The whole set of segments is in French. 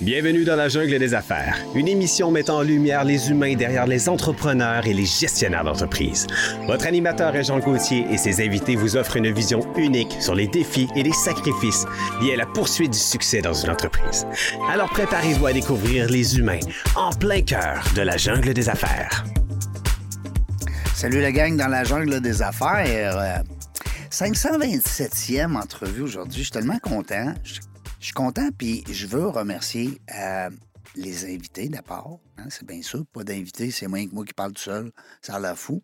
Bienvenue dans la jungle des affaires, une émission mettant en lumière les humains derrière les entrepreneurs et les gestionnaires d'entreprise. Votre animateur est Jean Gauthier et ses invités vous offrent une vision unique sur les défis et les sacrifices liés à la poursuite du succès dans une entreprise. Alors préparez-vous à découvrir les humains en plein cœur de la jungle des affaires. Salut la gang dans la jungle des affaires. Euh, 527e entrevue aujourd'hui. Je suis tellement content. Je, je suis content, puis je veux remercier euh, les invités d'abord. hein, c'est bien sûr, pas d'invités, c'est moi que moi qui parle tout seul. Ça a l'air fou.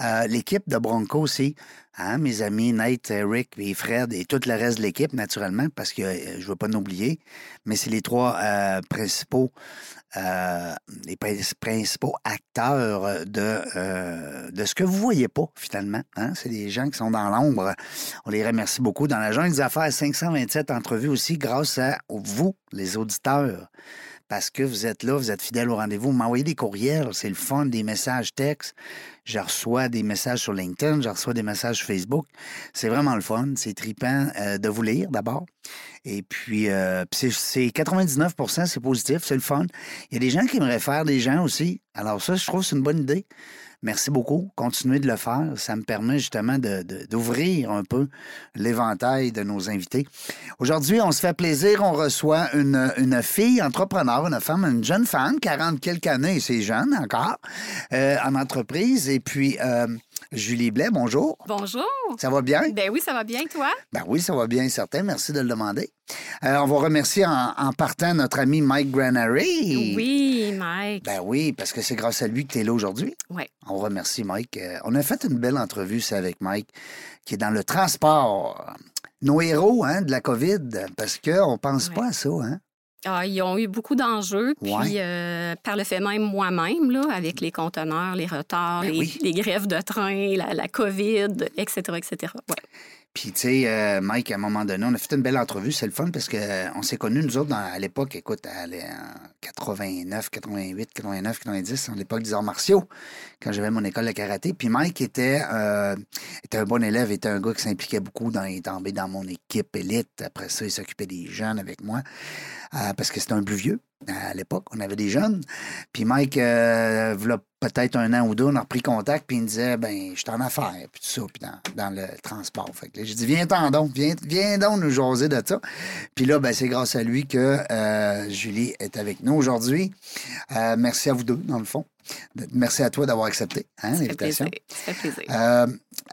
Euh, l'équipe de Bronco aussi. hein, mes amis Nate, Rick et Fred et tout le reste de l'équipe, naturellement, parce que euh, je veux pas n'oublier. Mais c'est les trois euh, principaux euh, les prin- principaux acteurs de, euh, de ce que vous voyez pas, finalement. hein. C'est des gens qui sont dans l'ombre. On les remercie beaucoup. Dans la jungle des affaires, 527 entrevues aussi, grâce à vous, les auditeurs. Parce que vous êtes là, vous êtes fidèles au rendez-vous. Vous m'envoyez des courriels, c'est le fun, des messages textes. Je reçois des messages sur LinkedIn, je reçois des messages sur Facebook. C'est vraiment le fun, c'est tripant de vous lire d'abord. Et puis, euh, puis c'est c'est 99 c'est positif, c'est le fun. Il y a des gens qui me réfèrent des gens aussi. Alors ça, je trouve que c'est une bonne idée. Merci beaucoup. Continuez de le faire. Ça me permet justement de- de- d'ouvrir un peu l'éventail de nos invités. Aujourd'hui, on se fait plaisir. On reçoit une, une fille entrepreneur, une femme, une jeune femme, 40 quelques années, c'est jeune encore, euh, en entreprise. Et puis, euh, Julie Blais, bonjour. Bonjour. Ça va bien? Ben oui, ça va bien, toi? Ben oui, ça va bien, certain. Merci de le demander. Euh, on va remercier en, en partant notre ami Mike Granary. Oui, Mike. Ben oui, parce que c'est grâce à lui que tu es là aujourd'hui. Ouais. On remercie Mike. Euh, on a fait une belle entrevue, c'est avec Mike, qui est dans le transport. Nos héros hein, de la COVID, parce qu'on pense Ouais. pas à ça. Hein? Ah, ils ont eu beaucoup d'enjeux, puis Ouais. euh, par le fait même moi-même, là, avec les conteneurs, les retards, Ben les, oui. les grèves de train, la, la COVID, etc., etc. Ouais. Puis, tu sais, euh, Mike, à un moment donné, on a fait une belle entrevue, c'est le fun, parce qu'on s'est connus, nous autres, dans- à l'époque, écoute, à l'é- en 89, 88, 89, 90, à l'époque des arts martiaux, quand j'avais mon école de karaté. Puis Mike était, euh, était un bon élève, était un gars qui s'impliquait beaucoup dans les tombé dans mon équipe élite. Après ça, il s'occupait des jeunes avec moi, euh, parce que c'était un plus vieux. À l'époque, on avait des jeunes. Puis Mike, euh, v'là peut-être un an ou deux, on a repris contact, puis il me disait, ben, je suis en affaires, puis tout ça, puis dans, dans le transport. Fait que là, j'ai dit, viens t'en donc, viens, viens donc nous jaser de ça. Puis là, ben, c'est grâce à lui que euh, Julie est avec nous aujourd'hui. Euh, merci à vous deux, dans le fond. Merci à toi d'avoir accepté hein, Ça fait l'invitation. plaisir. Ça fait plaisir. Euh,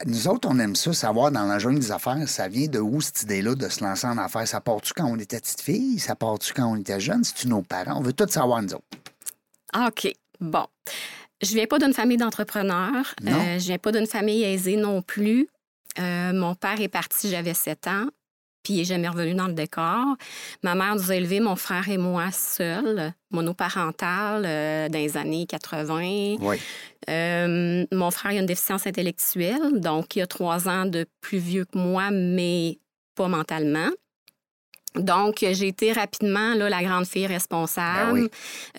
nous autres, on aime ça, savoir dans la jungle des affaires, ça vient de où cette idée-là de se lancer en affaires? Ça part-tu quand on était petite fille? Ça part-tu quand on était jeune? C'est-tu nos parents? On veut tout savoir, nous autres. Ah, OK. Bon. Je viens pas d'une famille d'entrepreneurs. Non. Euh, je viens pas d'une famille aisée non plus. Euh, mon père est parti, j'avais 7 ans, puis il est jamais revenu dans le décor. Ma mère nous a élevés, mon frère et moi, seuls, monoparental, euh, dans les années 80. Oui. Euh, mon frère il a une déficience intellectuelle, donc il a trois ans de plus vieux que moi, mais pas mentalement. Donc, j'ai été rapidement là, la grande fille Ben responsable. oui.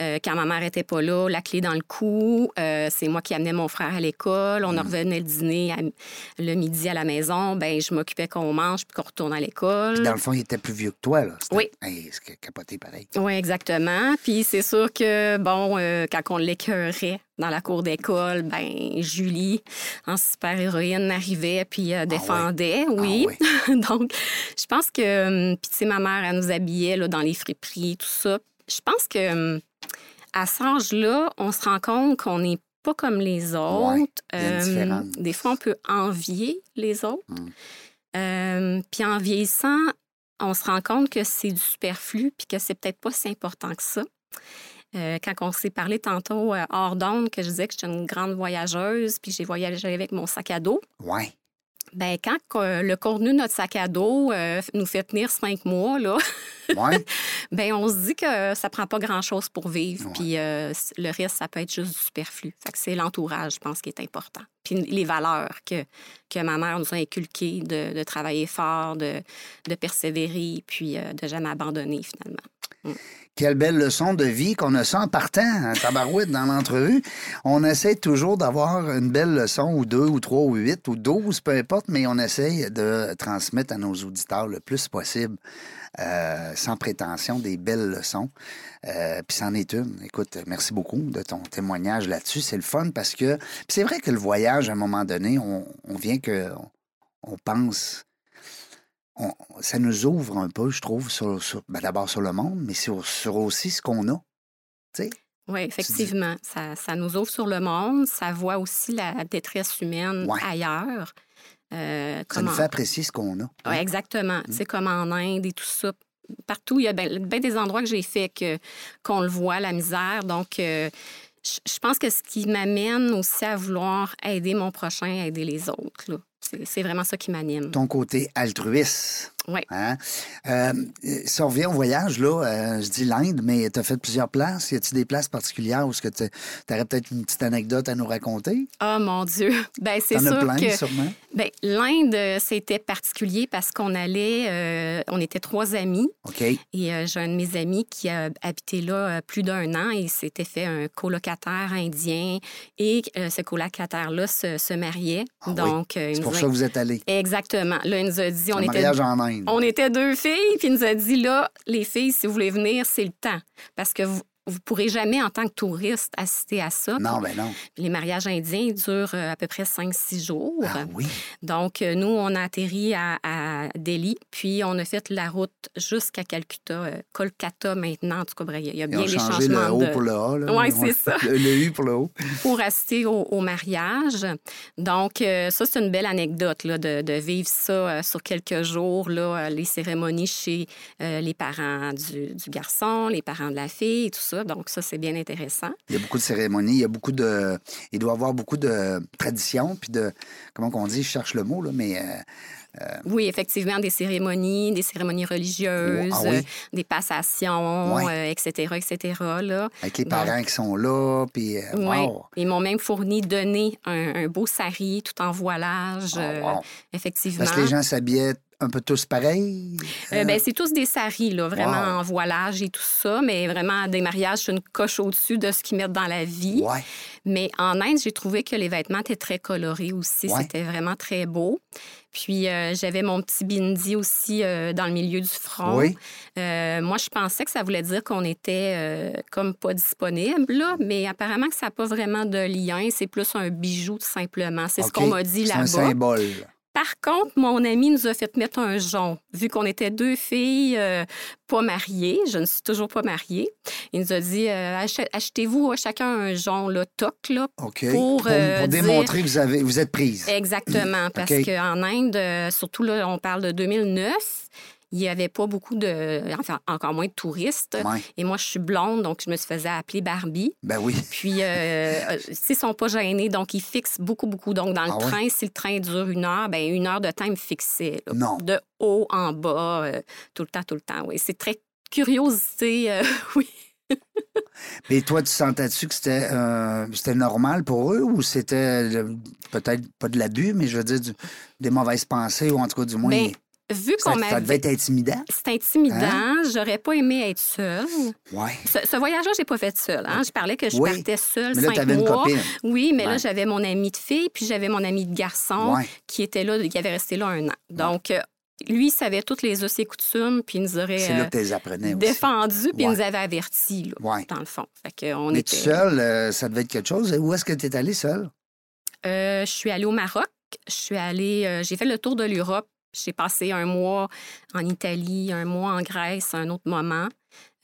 Euh, quand ma mère était pas là, la clé dans le cou. euh, c'est moi qui amenais mon frère à l'école. Mm. On en revenait le dîner à- le midi à la maison. Ben, je m'occupais qu'on mange puis qu'on retourne à l'école. Puis dans le fond, il était plus vieux que toi, là. C'était- Oui. Hey, c'est capoté pareil. Oui, exactement. Puis c'est sûr que, bon, euh, quand on l'écœurait dans la cour d'école, ben Julie, en super-héroïne, arrivait puis euh, défendait, oui. Ah Donc, je pense que... hum, Puis tu sais, ma mère, elle nous habillait là, dans les friperies, tout ça. Je pense que hum, à cet âge-là, on se rend compte qu'on n'est pas comme les autres. Hum, Ouais, il y a une différence. des fois, on peut envier les autres. Mm. Euh, puis en vieillissant, on se rend compte que c'est du superflu puis que c'est peut-être pas si important que ça. Euh, quand on s'est parlé tantôt euh, hors d'onde, que je disais que j'étais une grande voyageuse, puis j'ai voyagé avec mon sac à dos, Ouais. ben quand euh, le contenu de notre sac à dos euh, nous fait tenir cinq mois, là, Ouais. ben on se dit que ça prend pas grand-chose pour vivre, Ouais. puis euh, c- le reste, ça peut être juste du superflu. Fait que c'est l'entourage, je pense, qui est important. Puis les valeurs que, que ma mère nous a inculquées de, de travailler fort, de, de persévérer, puis euh, de jamais abandonner, finalement. Quelle belle leçon de vie qu'on a ça en partant, hein, tabarouette, dans l'entrevue. On essaie toujours d'avoir une belle leçon, ou deux, ou trois, ou huit, ou douze, peu importe, mais on essaie de transmettre à nos auditeurs le plus possible euh, sans prétention, des belles leçons. Euh, puis c'en est une. Écoute, merci beaucoup de ton témoignage là-dessus. C'est le fun parce que puis c'est vrai que le voyage, à un moment donné, on, on vient que on, on pense. on- ça nous ouvre un peu, je trouve, sur, sur- ben, d'abord sur le monde, mais sur, sur aussi ce qu'on a. Oui, effectivement. Ça, ça nous ouvre sur le monde, ça voit aussi la détresse humaine Ouais. ailleurs. Euh, Ça comme nous en- fait apprécier ce qu'on a. Ouais, Mm. exactement. Tu sais, comme en Inde et tout ça. Partout, il y a bien des endroits que j'ai fait que, qu'on le voit, la misère. Donc, euh, je je pense que ce qui m'amène aussi à vouloir aider mon prochain, aider les autres, là. C'est, c'est vraiment ça qui m'anime. ton côté altruiste. Ouais. Hein? Euh, si on revient au voyage, là, euh, je dis l'Inde, mais tu as fait plusieurs places. Y a-t-il des places particulières où tu aurais peut-être une petite anecdote à nous raconter? Oh mon Dieu! Ben, c'est T'en as sûr plein, que sûrement. ben, l'Inde, euh, c'était particulier parce qu'on allait, euh, on était trois amis OK. Et euh, j'ai un de mes amis qui a habité là euh, plus d'un an et s'était fait un colocataire indien. Et euh, ce colocataire-là se, se mariait. Ah oui. Donc, euh, il C'est nous pour a- ça que vous êtes allés. Exactement. Là, il nous a dit, on Un était, mariage en Inde. on était deux filles, puis il nous a dit, là, les filles, si vous voulez venir, c'est le temps. Parce que vous ne pourrez jamais, en tant que touriste, assister à ça. Non, ben non. Les mariages indiens durent euh, à peu près 5-6 jours. Ah oui. Donc, euh, nous, on a atterri à, à Delhi, puis on a fait la route jusqu'à Calcutta, euh, Kolkata maintenant. En tout cas, bref, il y a Ils bien ont des changé le changements haut de- pour le A. là. Ouais, Ils ont- c'est ça. Le, le U pour le haut. pour assister au, au mariage. Donc, euh, ça, c'est une belle anecdote là, de, de vivre ça euh, sur quelques jours, là, euh, les cérémonies chez euh, les parents du, du garçon, les parents de la fille et tout ça. Donc, ça, c'est bien intéressant. Il y a beaucoup de cérémonies, il y a beaucoup de. Il doit y avoir beaucoup de traditions, puis de. Comment qu'on dit, je cherche le mot, là, mais. euh, Oui, effectivement, des cérémonies, des cérémonies religieuses, Ah oui. euh, des passations, Ouais. euh, etc., etc., là. avec les Donc- parents qui sont là, puis. euh, Oui. wow. Ils m'ont même fourni, donné un, un beau sari tout en voilage, Ah, euh, wow. effectivement. Parce que les gens s'habillaient un peu tous pareil. Euh, ben, c'est tous des saris, là, vraiment Wow. en voilage et tout ça, mais vraiment des mariages, c'est une coche au-dessus de ce qu'ils mettent dans la vie. Ouais. Mais en Inde, j'ai trouvé que les vêtements étaient très colorés aussi. Ouais. C'était vraiment très beau. Puis euh, j'avais mon petit bindi aussi euh, dans le milieu du front. Oui. Euh, moi, je pensais que ça voulait dire qu'on était euh, comme pas disponible, là, mais apparemment que ça n'a pas vraiment de lien. C'est plus un bijou, tout simplement. C'est ce OK. qu'on m'a dit C'est un là-bas. symbole. Par contre, mon ami nous a fait mettre un jonc. Vu qu'on était deux filles euh, pas mariées, je ne suis toujours pas mariée, il nous a dit euh, Achè- achetez-vous euh, chacun un jonc, le toc, là. OK. Pour, euh, dire- démontrer que vous, avez, vous êtes prise. Exactement, parce OK. qu'en Inde, euh, surtout là, on parle de 2009, il n'y avait pas beaucoup de. Enfin, encore moins de touristes. Ouais. Et moi, je suis blonde, donc je me faisais appeler Barbie. Ben oui. Puis, euh, euh, s'ils sont pas gênés, donc ils fixent beaucoup, beaucoup. Donc, dans le Ah ouais? train, si le train dure une heure, ben une heure de temps, ils me fixaient. là. Non. De haut en bas, euh, tout le temps, tout le temps. Oui, c'est très curiosité. euh, oui. Mais toi, tu sentais-tu que c'était, euh, c'était normal pour eux ou c'était euh, peut-être pas de l'abus, mais je veux dire du- des mauvaises pensées ou en tout cas du moins. Ben, Vu ça, qu'on ça m'avait. devait être Hein? intimidant. C'est intimidant. J'aurais pas aimé être seule. Ouais. Ce, ce voyage-là, j'ai pas fait seule. hein. Je parlais que je Oui. partais seule Mais là, cinq t'avais une mois. copine. Oui, mais là, Ouais. j'avais mon ami de fille, puis j'avais mon ami de garçon Ouais. qui était là, qui avait resté là un an. Donc, euh, lui, il savait toutes les us et coutumes, puis il nous aurait C'est là euh, que tu les apprenais aussi. défendu, puis il Ouais. nous avait avertis, là, Ouais. dans le fond. Fait que, on Mais était... tu seule, euh, ça devait être quelque chose. Où est-ce que tu es allée seule? Euh, je suis allée au Maroc, je suis allée... euh, j'ai fait le tour de l'Europe. J'ai passé un mois en Italie, un mois en Grèce, un autre moment.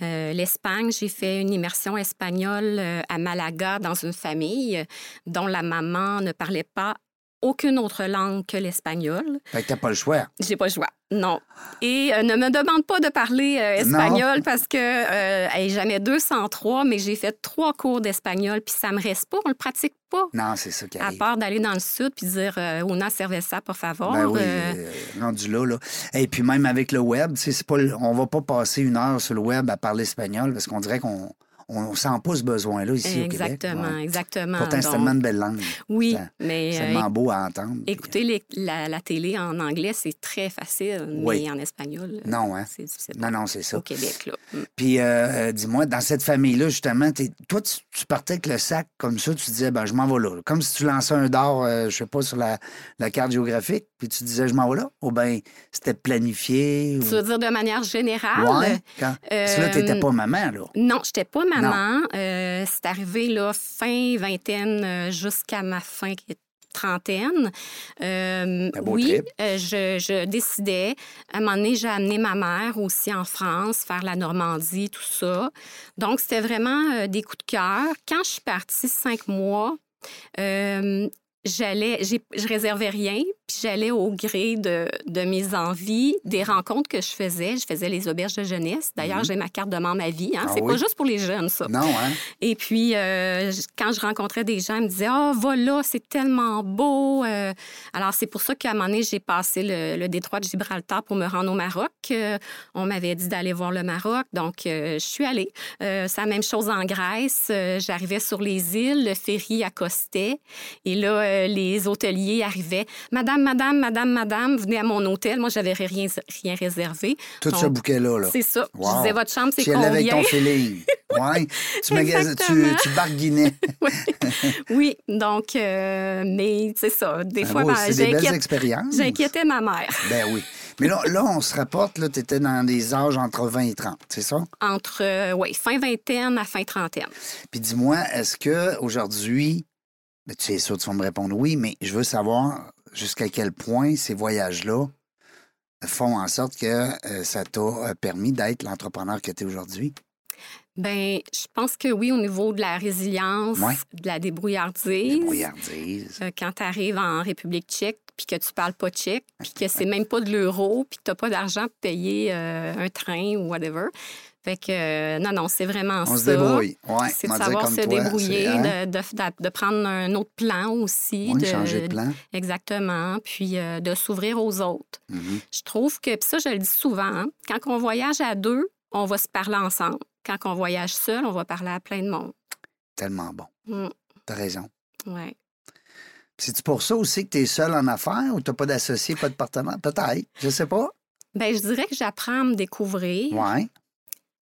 Euh, L'Espagne, j'ai fait une immersion espagnole euh, à Malaga dans une famille dont la maman ne parlait pas aucune autre langue que l'espagnol. Fait que t'as pas le choix. J'ai pas le choix. Non. Et euh, ne me demande pas de parler euh, Non. espagnol parce que euh, hey, jamais 203, mais j'ai fait trois cours d'espagnol, puis ça me reste pas. On le pratique pas. Non, c'est ça qui À arrive. part d'aller dans le sud puis dire euh, Una cerveza, por favor. Ben oui, Euh, euh, rendu là, là. Et puis même avec le web, tu sais, c'est pas, le- on va pas passer une heure sur le web à parler espagnol parce qu'on dirait qu'on on ne sent pas ce besoin-là ici exactement, au Québec. ouais. Exactement, Pourtant, c'est Donc, tellement de belles langues. Oui, ça- mais C'est euh, tellement beau à entendre. puis, écouter les- la, la télé en anglais, c'est très facile, Oui. mais en espagnol, euh, Non, hein? c'est difficile. Non, non, c'est ça. Au Québec, là. Mm. Puis, euh, euh, dis-moi, dans cette famille-là, justement, t'es- toi, tu, tu partais avec le sac comme ça, tu disais, ben, je m'en vais là. Comme si tu lançais un dard, euh, je sais pas, sur la, la carte géographique, puis tu disais, je m'en vais là. Ou bien, c'était planifié. Tu Ou... veux dire de manière générale? Ouais, quand- Parce que là, euh, t'étais pas maman, là. Non, je n'étais pas maman. Euh, c'est arrivé là, fin vingtaine euh, jusqu'à ma fin qui est trentaine. Euh, Un beau oui, trip. euh, je, je décidais. À un moment donné, j'ai amené ma mère aussi en France, faire la Normandie, tout ça. Donc, c'était vraiment euh, des coups de cœur. Quand je suis partie cinq mois, euh, j'allais, j'ai- je réservais rien, puis j'allais au gré de, de mes envies, des rencontres que je faisais. Je faisais les auberges de jeunesse. D'ailleurs, j'ai ma carte de membre à vie. Hein? Mhm. Ah c'est oui? pas juste pour les jeunes, ça. Non, hein? Et puis, euh, je- quand je rencontrais des gens, ils me disaient Ah, voilà, c'est tellement beau. Euh, alors, c'est pour ça qu'à un moment donné, j'ai passé le, le détroit de Gibraltar pour me rendre au Maroc. Euh, on m'avait dit d'aller voir le Maroc, donc euh, je suis allée. Euh, c'est la même chose en Grèce. Euh, J'arrivais sur les îles, le ferry accostait. Et là, euh, les hôteliers arrivaient Madame, madame, madame, madame, venez à mon hôtel. Moi, j'avais rien, rien réservé. Tout Donc, ce bouquet-là, là. C'est ça. Wow. Je disais Votre chambre, c'est Tu y allais avec combien ton feeling. Ouais. Tu, magasins- tu, Exactement. tu barguinais. Oui, donc, euh, mais c'est ça. Des Ben fois, oui, ma- c'est des belles j'inquiète- expériences. j'inquiétais ma mère. Ben oui. Mais là, là, on se rapporte, là, t'étais dans des âges entre 20 et 30, c'est ça? Entre euh, ouais, fin vingtaine à fin trentaine. Puis dis-moi, est-ce que aujourd'hui, ben, tu es sûr que tu vas me répondre oui, mais je veux savoir jusqu'à quel point ces voyages-là font en sorte que euh, ça t'a euh, permis d'être l'entrepreneur que tu es aujourd'hui. Ben, je pense que oui, au niveau de la résilience, Ouais. de la débrouillardise. Débrouillardise. euh, Quand tu arrives en République tchèque, puis que tu parles pas tchèque, puis que c'est même pas de l'euro, puis que t'as pas d'argent pour payer euh, un train ou whatever. Fait que, euh, non, non, c'est vraiment On ça. se débrouille. Ouais, C'est on va de dire savoir comme se toi, débrouiller, c'est, hein, de, de- de prendre un autre plan aussi. ouais, changer de plan. Exactement. Puis euh, de s'ouvrir aux autres. Mhm. Je trouve que, puis ça, je le dis souvent, hein, quand on voyage à deux, on va se parler ensemble. Quand on voyage seul, on va parler à plein de monde. Tellement bon. Mm, T'as raison. ouais. C'est-tu pour ça aussi que tu es seul en affaires ou t'as pas d'associé, pas de partenaire? Peut-être. Je sais pas. Ben, je dirais que j'apprends à me découvrir. Ouais.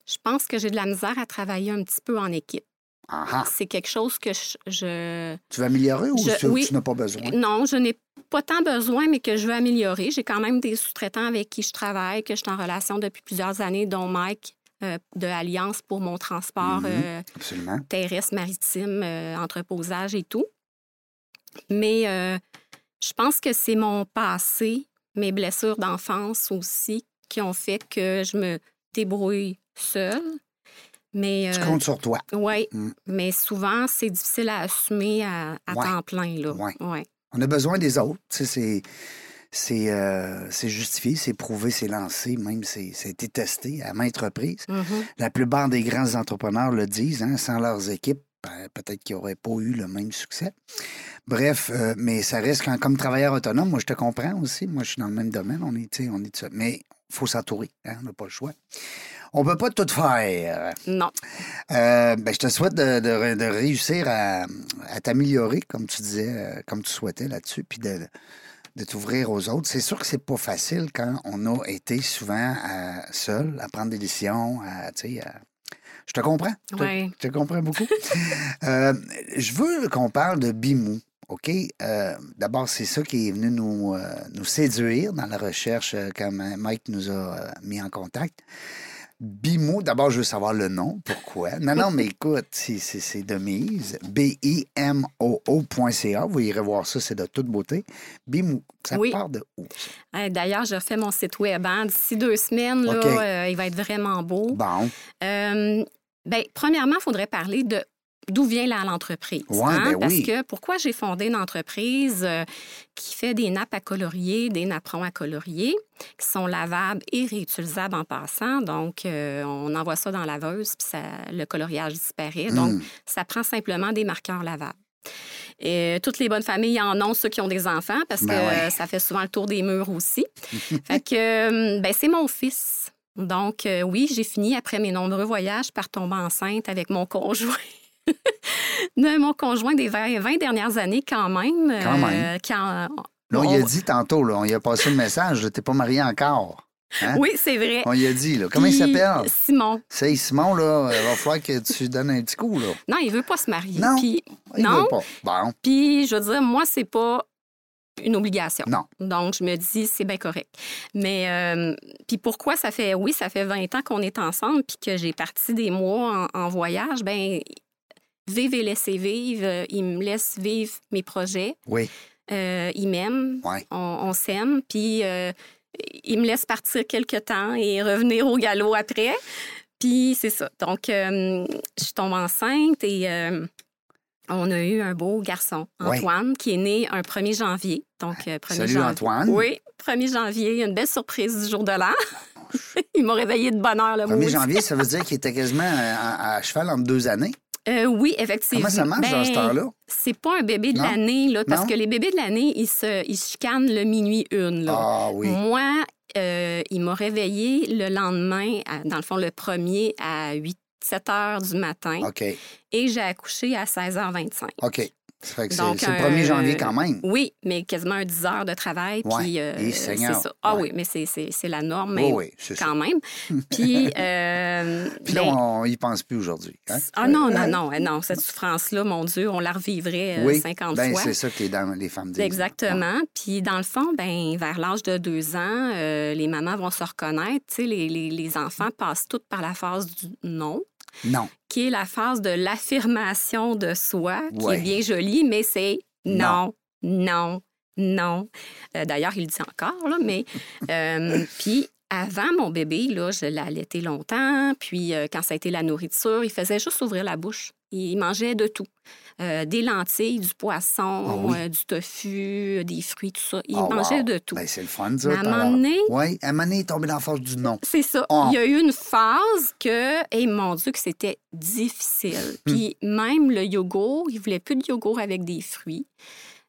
Je pense que j'ai de la misère à travailler un petit peu en équipe. Ah ah. C'est quelque chose que je, je- Tu veux améliorer ou Je- tu, oui. tu n'as pas besoin? Non, je n'ai pas tant besoin, mais que je veux améliorer. J'ai quand même des sous-traitants avec qui je travaille, que je suis en relation depuis plusieurs années, dont Mike euh, de Alliance pour mon transport Mhm. euh, Absolument. terrestre, maritime, euh, entreposage et tout. Mais euh, je pense que c'est mon passé, mes blessures d'enfance aussi, qui ont fait que je me débrouille seule. Mais Tu comptes sur toi. oui, Mm. mais souvent, c'est difficile à assumer à, à Ouais. temps plein. Là. Ouais. Ouais. On a besoin des autres. Tu sais, c'est. C'est euh, c'est justifié, c'est prouvé, c'est lancé, même c'est c'est été testé à maintes reprises. Mhm. La plupart des grands entrepreneurs le disent, hein, sans leurs équipes, ben, peut-être qu'ils n'auraient pas eu le même succès. Bref, euh, mais ça reste quand, comme travailleur autonome, moi je te comprends aussi, moi je suis dans le même domaine, on est, tu sais, on est, tout ça. mais il faut s'entourer, hein, on n'a pas le choix. On peut pas tout faire. Non. Euh, ben, je te souhaite de, de- de réussir à, à t'améliorer, comme tu disais, euh, comme tu souhaitais là-dessus, puis de, de t'ouvrir aux autres. C'est sûr que c'est pas facile quand on a été souvent euh, seul à prendre des décisions. À, tu sais, à- Je te comprends. Je te- Ouais. Je te comprends beaucoup. Euh, je veux qu'on parle de Bimou. OK? Euh, D'abord, c'est ça qui est venu nous, euh, nous séduire dans la recherche euh, quand Ma- Mike nous a euh, mis en contact. Bimo, d'abord, je veux savoir le nom. Pourquoi? Non, non, mais écoute, c'est- c'est c'est de mise. B-I-M-O-O.ca. Vous irez voir ça, c'est de toute beauté. Bimou, ça Oui. part de où? ça? Hey, D'ailleurs, je refais mon site web. hein. D'ici deux semaines, là, OK. euh, il va être vraiment beau. Bon, Euh, ben, premièrement, il faudrait parler de d'où vient la- l'entreprise. hein, Ouais, ben Parce oui. que pourquoi j'ai fondé une entreprise euh, qui fait des nappes à colorier, des napperons à colorier, qui sont lavables et réutilisables en passant. Donc, euh, on envoie ça dans la laveuse, puis ça- le coloriage disparaît. Donc, Hmm. ça prend simplement des marqueurs lavables. Et euh, toutes les bonnes familles en ont, ceux qui ont des enfants, parce Ben que ouais. euh, ça fait souvent le tour des murs aussi. fait que, euh, ben, c'est mon fils Donc, euh, oui, j'ai fini après mes nombreux voyages par tomber enceinte avec mon conjoint. de mon conjoint des 20 dernières années, quand même. euh, Quand même. quand- Là, on on- y a dit tantôt, là, on y a passé le message, là, t'es pas marié encore. Hein? Oui, c'est vrai. On y a dit, là. Comment il Eh, Puis, s'appelle? Simon. C'est Simon, là. Il va falloir que tu donnes un petit coup, là. Non, il veut pas se marier. Non. Puis, Il Non. veut pas. Bon. puis, je veux dire, moi, c'est pas une obligation. Non. Donc, je me dis, c'est bien correct. Mais, euh, puis pourquoi ça fait, oui, ça fait 20 ans qu'on est ensemble, puis que j'ai parti des mois en, en voyage, ben vive et laissez vivre. Euh, Il me laisse vivre mes projets. Oui. Euh, il m'aime. Ouais. On, on s'aime. Puis, euh, il me laisse partir quelque temps et revenir au galop après. Puis, c'est ça. Donc, euh, je tombe enceinte et euh, on a eu un beau garçon, Ouais. Antoine, qui est né un 1er janvier. Donc, euh, 1er Salut, janvier. Antoine. Oui, 1er janvier, une belle surprise du jour de l'an. il m'a réveillée de bonne heure, le 1er maudit. janvier, ça veut dire qu'il était quasiment euh, à, à- à cheval entre deux années. Euh, oui, effectivement. Comment ça marche dans ce Ben, temps-là? C'est pas un bébé de Non? l'année, là, parce Non? que les bébés de l'année, ils se, ils se chicanent le minuit une. Là. Ah oui. Moi, euh, il m'a réveillée le lendemain, à- dans le fond, le premier à 8, 7 heures du matin, OK. et j'ai accouché à 16h25. OK. Ça fait que c'est Donc, c'est le euh, 1er janvier quand même. Oui, mais quasiment un 10 heures de travail. Ouais. Puis, euh, Et c'est Seigneur, ça. Ah ouais. oui, mais c'est- c'est c'est la norme, Oui, mais oui, c'est ça. quand même. Puis, euh, Puis là, ben, on y pense plus aujourd'hui. hein? Ah non, non, non, eh non, cette souffrance-là, mon Dieu, on la revivrait euh, oui. 50 ben, fois. c'est ça que les, dames, les femmes disent. Exactement. Puis dans le fond, ben, vers l'âge de deux ans, euh, les mamans vont se reconnaître. Tu sais, Les, les, les enfants passent toutes par la phase du non, Non. qui est la phase de l'affirmation de soi, qui Ouais. est bien jolie, mais c'est non, non, non. Euh, D'ailleurs, il le dit encore, là, mais... euh, puis avant mon bébé, là, je l'ai allaité longtemps, puis euh, quand ça a été la nourriture, il faisait juste ouvrir la bouche. Il mangeait de tout. Euh, des lentilles, du poisson, Ah oui. euh, du tofu, euh, des fruits, tout ça. Il Oh, wow. mangeait de tout. Ben, c'est le fun, ça. Mais à un moment donné, Oui, à un moment donné, il est tombé dans la force du non. c'est ça. Ah. Il y a eu une phase que, et mon Dieu, que c'était difficile. Hmm. Puis même le yogourt, il voulait plus de yogourt avec des fruits.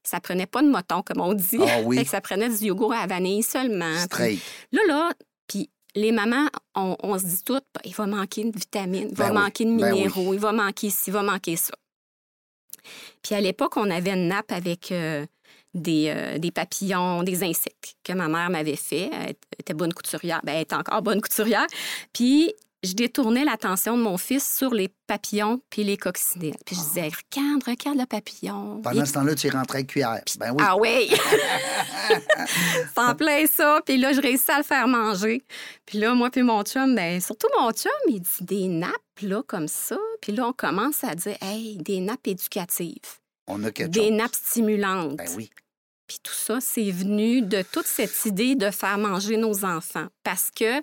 Ça prenait pas de moton, comme on dit. Ah oui. Fait que ça prenait du yogourt à la vanille seulement. Puis Straight. Là, là, puis les mamans, on, on se dit toutes, Ben, il va manquer de vitamines, il va Ben oui, manquer de ben oui. minéraux, il va manquer ci, il va manquer ça. Puis à l'époque, on avait une nappe avec euh, des, euh, des papillons, des insectes que ma mère m'avait fait. Elle était bonne couturière. Ben, elle est encore bonne couturière. Puis je détournais l'attention de mon fils sur les papillons puis les coccinelles. Puis je disais, regarde, regarde le papillon. Il Ah. Pendant ce temps-là, tu es rentré avec cuillère. Ben oui. ah oui! C'est en plein ça. Puis là, je réussis à le faire manger. Puis là, moi puis mon chum, ben, surtout mon chum, il dit des nappes, là, comme ça. Puis là, on commence à dire, hey, des nappes éducatives, on a quelque des chose. nappes stimulantes. Ben oui. Puis tout ça, c'est venu de toute cette idée de faire manger nos enfants. Parce que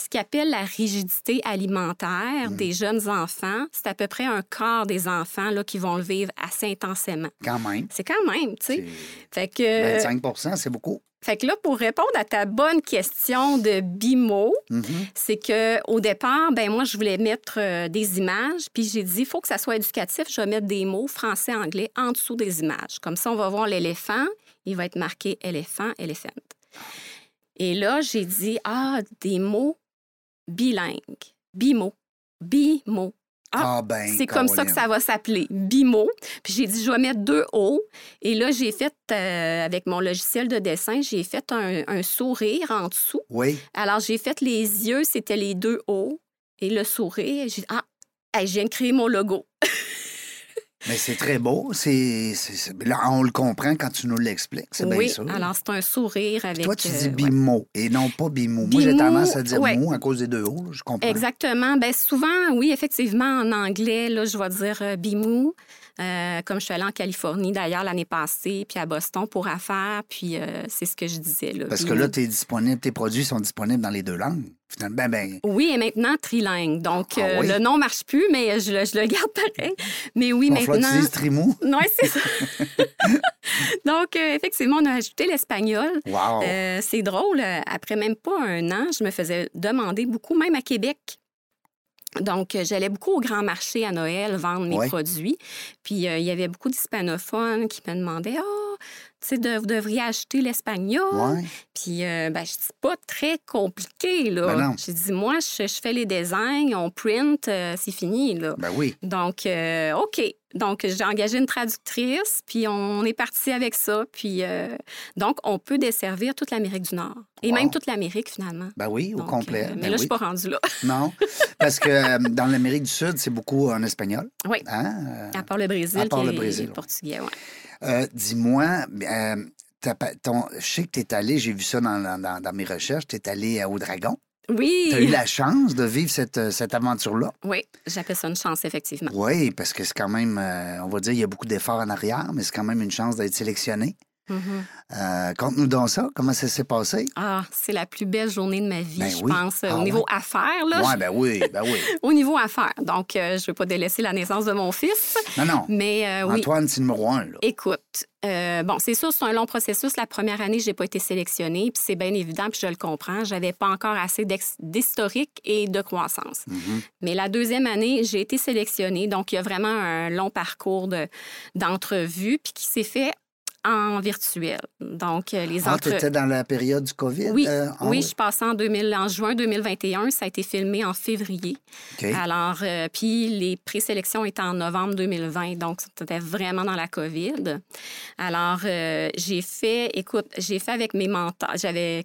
ce qu'appelle la rigidité alimentaire Mm. des jeunes enfants, c'est à peu près un quart des enfants là, qui vont le vivre assez intensément. Quand même. C'est quand même, tu sais. euh, C'est Ben, Fait que... 25 c'est beaucoup. Fait que là, pour répondre à ta bonne question de bimot, Mhm. c'est que au départ, ben moi, je voulais mettre euh, des images, puis j'ai dit, il faut que ça soit éducatif, je vais mettre des mots français, anglais en dessous des images. Comme ça, on va voir l'éléphant, il va être marqué éléphant, elephant. Et là, j'ai dit, ah, des mots bilingues, bimot, bimot. Ah, Ah, ben. c'est comme ça Caroline. que ça va s'appeler, Bimo. Puis j'ai dit, je vais mettre deux O. Et là, j'ai fait, euh, avec mon logiciel de dessin, j'ai fait un, un sourire en dessous. Oui. Alors, j'ai fait les yeux, c'était les deux O. Et le sourire, j'ai dit, ah, hey, je viens de créer mon logo. Mais c'est très beau. C'est, c'est- c'est- Là, on le comprend quand tu nous l'expliques. C'est oui, bien sûr. alors c'est un sourire avec... Toi, tu dis euh, ouais. bimo et non pas bimo. Moi, j'ai Bimo, tendance à dire ouais. mot à cause des deux hauts. Je comprends. Exactement. Ben souvent, oui, effectivement, en anglais, là, je vais dire euh, bimou, euh, comme je suis allée en Californie d'ailleurs l'année passée, puis à Boston pour affaires, puis euh, c'est ce que je disais. Là, Parce que bimou. là, t'es disponible, tes produits sont disponibles dans les deux langues. Finalement, ben, ben, Oui, et maintenant trilingue. Donc, Ah euh, oui? le nom marche plus, mais je le, je le garde pareil. Mais oui, il va falloir que tu maintenant. dises trimou. Non, c'est ça. Donc, euh, effectivement, on a ajouté l'espagnol. Wow. Euh, c'est drôle, euh, après même pas un an, je me faisais demander beaucoup, même à Québec. Donc, euh, j'allais beaucoup au grand marché à Noël vendre mes Ouais. produits. Puis, euh, il y avait beaucoup d'hispanophones qui me demandaient Ah, Tu sais, de- vous devriez acheter l'espagnol. Ouais. Puis, euh, ben, je dis pas très compliqué, là. Ben non. J'ai dit, moi, je, je fais les designs, on print, euh, c'est fini, là. Ben oui. Donc, euh, OK. Donc, j'ai engagé une traductrice, puis on est parti avec ça. Puis, euh, donc, on peut desservir toute l'Amérique du Nord. Et Wow. même toute l'Amérique, finalement. Ben oui, au Donc, complet. euh, Ben mais là, je oui. suis pas rendue là. Non, parce que euh, dans l'Amérique du Sud, c'est beaucoup en espagnol. Oui. Hein? À part le Brésil, À part qui le est- Brésil, est ouais. portugais, ouais. Euh, Dis-moi, euh, t'as pas- ton- je sais que tu es allé, j'ai vu ça dans, dans- dans- dans mes recherches, tu es allé euh, au Dragon. Oui. Tu as eu la chance de vivre cette, euh, cette aventure-là. Oui, j'appelle ça une chance, effectivement. Oui, parce que c'est quand même, euh, on va dire, il y a beaucoup d'efforts en arrière, mais c'est quand même une chance d'être sélectionné. Mhm. Euh, Conte-nous donc ça, comment ça s'est passé? Ah, c'est la plus belle journée de ma vie, Ben je oui. pense, euh, Ah au niveau affaires, là. Oui, ben oui, ben oui. Au niveau affaires. Donc, euh, je ne veux pas délaisser la naissance de mon fils, Non, non. mais euh, oui. Antoine, c'est numéro un, là. Écoute, euh, bon, c'est sûr, c'est un long processus. La première année, j'ai pas été sélectionnée, puis c'est bien évident, puis je le comprends. J'avais pas encore assez d'ex- d'historique et de croissance. Mhm. Mais la deuxième année, j'ai été sélectionnée, donc il y a vraiment un long parcours de- d'entrevues, puis qui s'est fait en virtuel. Donc, euh, les Ah, entre... t'étais dans la période du COVID? Oui, euh, ah oui, je suis passée en, 2000, en juin 2021. Ça a été filmé en février. OK. Alors, euh, puis les présélections étaient en novembre 2020, donc c'était vraiment dans la COVID. Alors, euh, j'ai fait, écoute, j'ai fait avec mes mentors, j'avais,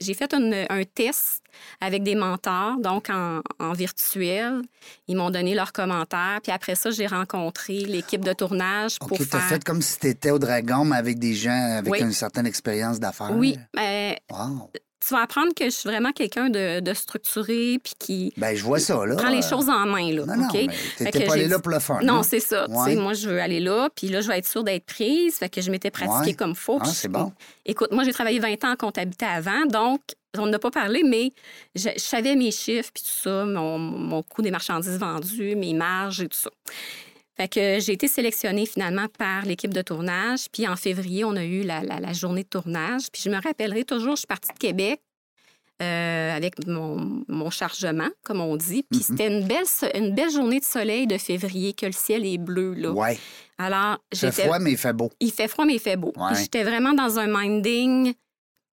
j'ai fait une- un test avec des mentors, donc en, en virtuel. Ils m'ont donné leurs commentaires, puis après ça, j'ai rencontré l'équipe de tournage pour OK, t'as faire. fait comme si t'étais au Dragon, mais avec des gens avec Oui. une certaine expérience d'affaires. Oui, ben, Wow. tu vas apprendre que je suis vraiment quelqu'un de, de structuré, puis qui Ben, je vois ça, là. prend les choses en main, là. Non, non, OK? mais t'étais pas que j'ai allé là dit- pour le fun. Non, hein? c'est ça. Tu sais, Ouais. Moi, je veux aller là, puis là, je vais être sûre d'être prise. Fait que je m'étais pratiquée Ouais. comme faut. Ah, puis c'est je- bon. Écoute, moi, j'ai travaillé 20 ans en comptabilité avant, donc on n'a pas parlé, mais je, je savais mes chiffres, puis tout ça, mon, mon coût des marchandises vendues, mes marges et tout ça. Fait que j'ai été sélectionnée finalement par l'équipe de tournage. Puis en février, on a eu la, la- la journée de tournage. Puis je me rappellerai toujours, je suis partie de Québec euh, avec mon, mon chargement, comme on dit. Puis Mhm. c'était une belle, so- une belle journée de soleil de février, que le ciel est bleu. Là. Ouais. Alors, C'est j'étais. froid, mais il fait beau. Il fait froid, mais il fait beau. Ouais. Puis J'étais vraiment dans un minding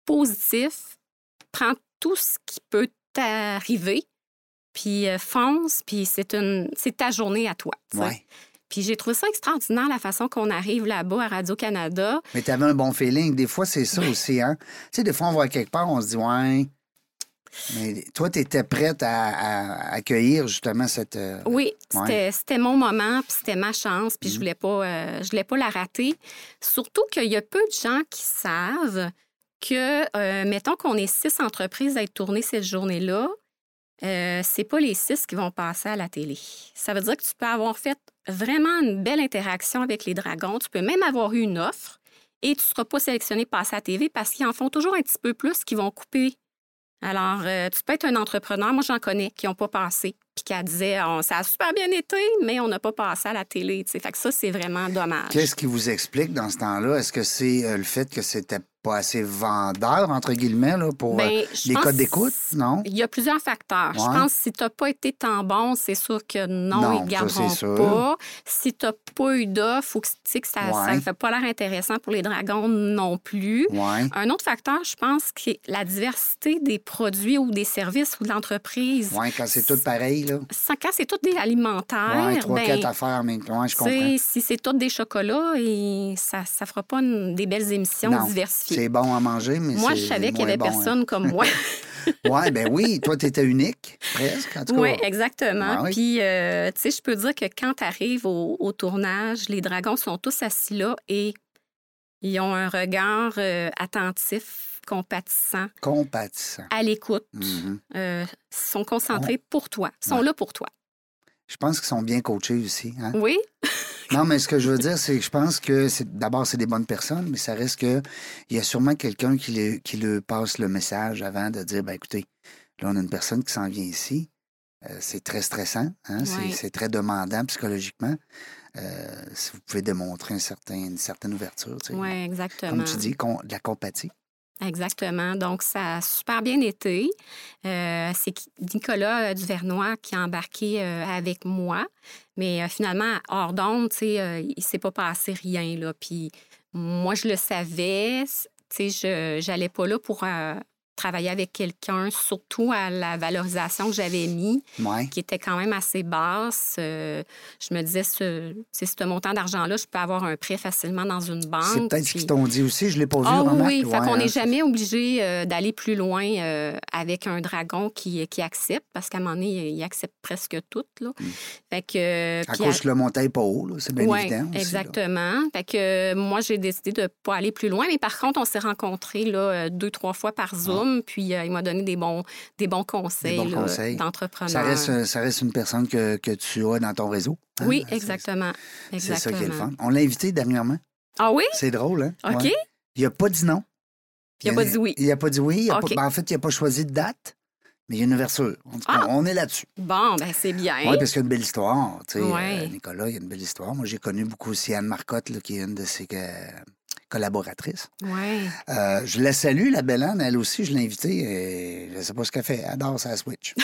positif. Prends tout ce qui peut t'arriver, puis euh, fonce, puis c'est une... c'est ta journée à toi. tu sais. Ouais. Puis j'ai trouvé ça extraordinaire, la façon qu'on arrive là-bas à Radio-Canada. Mais t'avais un bon feeling. Des fois, c'est ça aussi, hein. Tu sais, des fois, on va quelque part, on se dit, ouais. Mais toi, t'étais prête à, à accueillir justement cette. euh, Oui, Ouais. c'était- c'était mon moment, puis c'était ma chance, puis je Mhm. voulais pas, euh, je voulais pas la rater. Surtout qu'il y a peu de gens qui savent que, euh, mettons qu'on est six entreprises à être tournées cette journée-là, euh, c'est pas les six qui vont passer à la télé. Ça veut dire que tu peux avoir fait vraiment une belle interaction avec les dragons. Tu peux même avoir eu une offre et tu seras pas sélectionné pour passer à la TV parce qu'ils en font toujours un petit peu plus qu'ils vont couper. Alors, euh, tu peux être un entrepreneur, moi j'en connais, qui n'ont pas passé, puis qui disaient Ah, ça a super bien été, mais on n'a pas passé à la télé. tu sais. Fait que ça, c'est vraiment dommage. Qu'est-ce qui vous explique dans ce temps-là? Est-ce que c'est euh, le fait que c'était pas assez vendeur, entre guillemets, là, pour euh, Ben, je les pense- codes d'écoute? Non? Il y a plusieurs facteurs. Ouais. Je pense que si tu n'as pas été tant bon, c'est sûr que non, Non, ils ne ça, garderont c'est sûr. pas. Si tu n'as pas eu d'offre ou que tu sais que ça Ouais. ne fait pas l'air intéressant pour les dragons non plus. Ouais. Un autre facteur, je pense, qui est la diversité des produits ou des services ou de l'entreprise. Ouais, quand c'est tout pareil, là. Ça, Quand c'est tout des alimentaires, Ouais, trois, ben, quatre affaires en même temps. Ouais, je tu comprends. sais, si c'est tout des chocolats, et ça ne fera pas une- des belles émissions Non, diversifiées. C'est bon à manger, mais Moi, c'est je savais qu'il y avait moins bon, hein. personne comme moi. Ouais, ben oui, toi, t'étais unique, presque, en tout cas. Oui, exactement. Ah oui. Puis, euh, tu sais, je peux dire que quand tu arrives au, au tournage, les dragons sont tous assis là et ils ont un regard euh, attentif, compatissant, Compatissant. à l'écoute. Mhm. Euh, ils sont concentrés pour toi. Ils sont Ouais. là pour toi. Je pense qu'ils sont bien coachés aussi. hein. Oui? Non, mais ce que je veux dire, c'est que je pense que c'est- d'abord, c'est des bonnes personnes, mais ça reste que il y a sûrement quelqu'un qui le, qui le passe le message avant de dire ben écoutez, là, on a une personne qui s'en vient ici. Euh, c'est très stressant, hein, c'est- Ouais. c'est très demandant psychologiquement. Euh, si vous pouvez démontrer un certain, une certaine ouverture, tu sais. Oui, exactement. comme tu dis, con- de la compatie. Exactement. Donc, ça a super bien été. Euh, c'est qui- Nicolas euh, Duvernois qui a embarqué euh, avec moi. Mais euh, finalement, hors d'onde, tu sais, euh, il ne s'est pas passé rien. Là. Puis Moi, je le savais. Tu sais, je n'allais pas là pour euh, travailler avec quelqu'un, surtout à la valorisation que j'avais mis, Ouais. qui était quand même assez basse. Euh, je me disais, ce, c'est ce montant d'argent-là, je peux avoir un prêt facilement dans une banque. C'est peut-être ce puis- qu'ils t'ont dit aussi, je l'ai pas vu. Ah oui, remarque. oui. Fait Ouais, qu'on hein, n'est c'est- jamais obligé euh, d'aller plus loin euh, avec un dragon qui, qui accepte, parce qu'à un moment donné, il accepte presque tout. Là. Fait que, euh, Mm. À puis cause que le montant n'est pas haut, là, c'est bien Ouais, évident. aussi, là. exactement. Fait que euh, moi, j'ai décidé de pas aller plus loin. Mais par contre, on s'est rencontrés là, euh, deux, trois fois par Zoom. Puis euh, il m'a donné des bons, des bons conseils, Ah. bons là, conseils. d'entrepreneurs. Ça reste, hein, ça reste une personne que, que tu as dans ton réseau. hein. Oui, C'est- exactement. C'est exactement. ça qui est le fun. On l'a invité dernièrement. Ah oui? C'est drôle, hein? OK. Ouais. Il n'a pas dit non. Il a pas dit oui. Ah, Il n'a pas dit oui. il a pas- OK. ben, en fait, il n'a pas choisi de date, mais il y a une ouverture. En tout cas, Ah! on est là-dessus. Bon, ben c'est bien. Oui, parce qu'il y a une belle histoire. tu sais, Ouais. euh, Nicolas, il y a une belle histoire. Moi, j'ai connu beaucoup aussi Anne Marcotte, là, qui est une de ses euh, collaboratrices. Ouais. Euh, je la salue, la belle Anne, elle aussi, je l'ai invitée. Et je ne sais pas ce qu'elle fait. Elle adore sa Switch.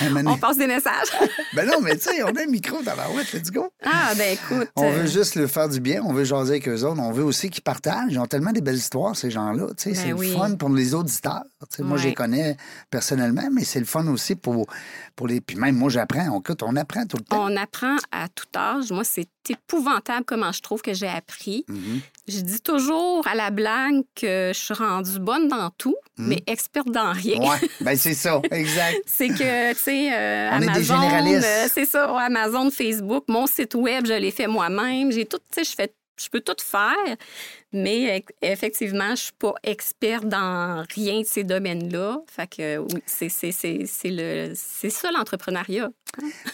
Elle m'a On dit, passe des messages. ben non, mais tu sais, on a un micro dans la route, let's go. ah, ben écoute. On euh, veut juste leur faire du bien, on veut jaser avec eux autres, on veut aussi qu'ils partagent. Ils ont tellement des belles histoires, ces gens-là. tu sais, Ben c'est oui. le fun pour les auditeurs. Tu sais, Moi, Ouais. je les connais personnellement, mais c'est le fun aussi pour, pour les. Puis même moi, j'apprends. On, écoute, on apprend tout le temps. On apprend à tout âge. Moi, c'est épouvantable comment je trouve que j'ai appris. Mhm. Je dis toujours à la blague que je suis rendue bonne dans tout, mais experte dans rien. Hmm. Ouais, ben c'est ça, exact. C'est que, tu sais, euh, On est des Amazon, généralistes. euh, c'est ça, ouais, Amazon, Facebook, mon site web, je l'ai fait moi-même. J'ai tout, tu sais, je fais, je peux tout faire, mais euh, effectivement, je suis pas experte dans rien de ces domaines-là. Fait que euh, oui, c'est c'est- c'est- c'est le, c'est ça l'entrepreneuriat.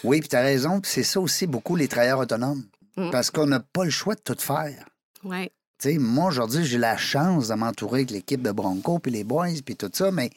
Oui, puis tu as raison. Puis c'est ça aussi beaucoup les travailleurs autonomes. Mm. Parce qu'on n'a pas le choix de tout faire. Ouais. Tu sais, moi, aujourd'hui, j'ai la chance de m'entourer avec l'équipe de Bronco, puis les boys, puis tout ça, mais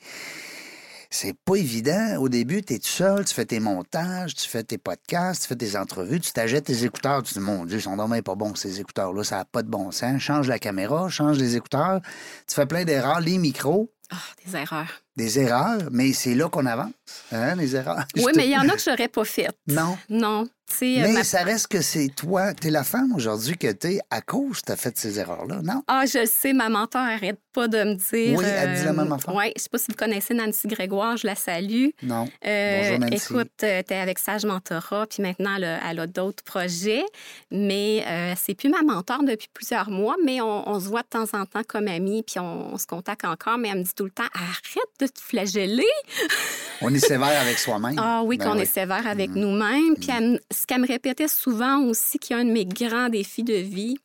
c'est pas évident. Au début, tu es tout seul, tu fais tes montages, tu fais tes podcasts, tu fais tes entrevues, tu t'achètes tes écouteurs. Tu dis, mon Dieu, ils sont dommage pas bons, ces écouteurs-là, ça n'a pas de bon sens. Change la caméra, change les écouteurs. Tu fais plein d'erreurs, les micros, Ah, des erreurs. des erreurs, mais c'est là qu'on avance, hein, les erreurs. Oui, mais il y en a que j'aurais pas faites. Non. Non. Tu sais, euh, Mais ma ça reste que c'est toi, t'es la femme aujourd'hui que t'es à cause que t'as fait ces erreurs-là, non? Ah, je le sais, ma mentor arrête pas de me dire. Oui, elle dit la même affaire. Oui, je sais pas si vous connaissez Nancy Grégoire, je la salue. Non. Euh, Bonjour, Nancy. Écoute, euh, t'es avec Sage Mentorat, puis maintenant, elle a, elle a d'autres projets, mais euh, c'est plus ma mentor depuis plusieurs mois, mais on, on se voit de temps en temps comme amis, puis on, on se contacte encore, mais elle me dit tout le temps, arrête de te flageller. On est sévère avec soi-même. Ah oui, Ben Mm-hmm. qu'on est sévère avec nous-mêmes. Puis elle me- ce qu'elle me répétait souvent aussi, qui est un de mes grands défis de vie,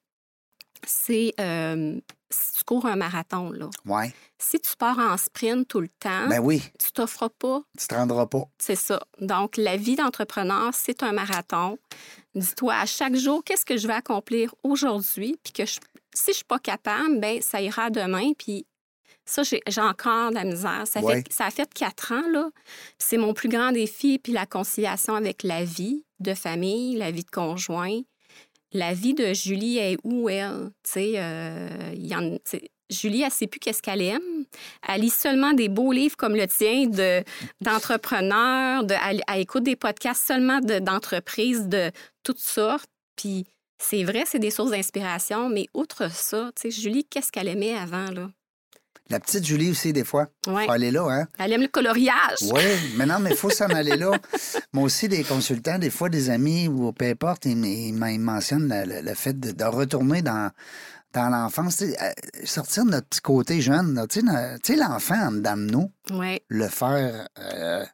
c'est euh, si tu cours un marathon, là, Ouais. si tu pars en sprint tout le temps, Ben oui, tu t'offres pas, tu te rendras pas. c'est ça. Donc, la vie d'entrepreneur, c'est un marathon. Dis-toi à chaque jour, qu'est-ce que je vais accomplir aujourd'hui, puis que je- si je suis pas capable, ben ça ira demain, puis ça, j'ai j'ai encore de la misère. Ça, Ouais. fait, ça a fait quatre ans, là. Puis C'est mon plus grand défi, puis la conciliation avec la vie de famille, la vie de conjoint. La vie de Julie est où, elle? Tu sais, euh, il y en- tu sais, Julie, elle sait plus qu'est-ce qu'elle aime. Elle lit seulement des beaux livres comme le tien de- d'entrepreneurs, de, elle, elle écoute des podcasts seulement de- d'entreprises de toutes sortes. Puis c'est vrai, c'est des sources d'inspiration, mais outre ça, tu sais, Julie, qu'est-ce qu'elle aimait avant, là? La petite Julie aussi, des fois. Ouais. Faut aller là, hein? Elle aime le coloriage. Oui, mais non, mais il faut s'en aller là. Moi aussi, des consultants, des fois, des amis ou peu importe, ils, m- ils m- ils mentionnent le, le- le fait de, de retourner dans, dans l'enfance, tu sais, euh, sortir de notre petit côté jeune. là. Tu sais, no- tu sais, l'enfant en dedans de nous, Ouais. le faire euh,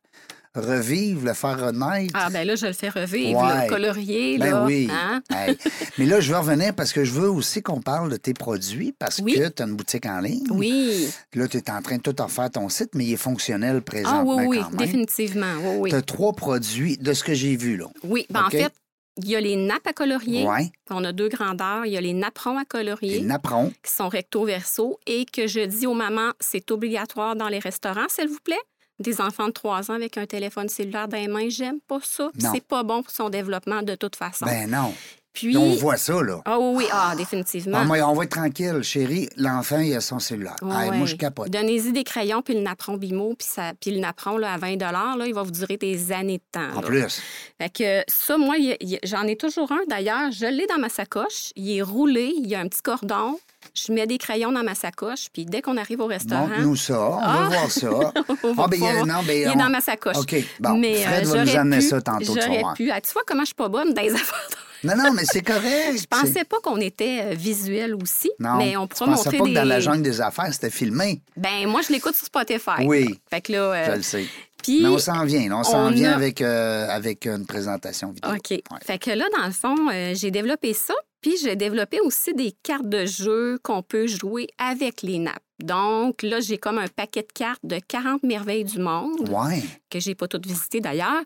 revivre, le faire renaître. Ah, ben là, je le fais revivre, Ouais. là, colorier, Ben là. oui. hein? Hey. Mais là, je veux revenir parce que je veux aussi qu'on parle de tes produits parce Oui. que tu as une boutique en ligne. Oui. Là, tu es en train de tout refaire ton site, mais il est fonctionnel présentement Ah oui, oui, quand même. définitivement. Oui, oui. Tu as trois produits de ce que j'ai vu, là. Oui, ben OK. en fait, il y a les nappes à colorier. Oui, On a deux grandeurs. Il y a les napperons à les colorier napperons. qui sont recto-verso et que je dis aux mamans, c'est obligatoire dans les restaurants, s'il vous plaît. Des enfants de 3 ans avec un téléphone cellulaire dans les mains, j'aime pas ça. Non. C'est pas bon pour son développement de toute façon. Ben non. Puis, on voit ça, là. Ah oui, oui, ah, définitivement. Ah, moi, on va être tranquille, chérie. L'enfant, il a son cellulaire. Ah, Ouais. Moi, je capote. Donnez-y des crayons, puis le napperon bimo, puis, ça, puis le napperon là, à 20 là, il va vous durer des années de temps. En là. plus, Fait que ça, moi, il y a- il y a- j'en ai toujours un d'ailleurs. Je l'ai dans ma sacoche. Il est roulé, il y a un petit cordon. Je mets des crayons dans ma sacoche, puis dès qu'on arrive au restaurant, montre-nous ça. On Ah! va voir ça. on va Ah, ben, il y a- pouvoir- non, ben, il est on- dans ma sacoche. OK. Bon, Mais, euh, Fred va nous j'aurais amener pu- ça tantôt. tu vas J'aurais voir. pu. Ah, tu vois comment je suis pas bonne dans les affaires. Non, non, mais c'est correct. Je pensais pas qu'on était euh, visuel aussi, Non, mais on tu pourra pensais montrer pas des... que dans la jungle des affaires, c'était filmé. Ben moi, je l'écoute sur Spotify. Oui. Fait que là, euh, Je le sais. puis Mais on s'en vient. là, On s'en on vient a- avec, euh, avec une présentation vidéo. OK. Ouais. Fait que là, dans le fond, euh, j'ai développé ça, puis j'ai développé aussi des cartes de jeu qu'on peut jouer avec les nappes. Donc là, j'ai comme un paquet de cartes de 40 merveilles du monde, Ouais. que j'ai pas toutes visitées d'ailleurs,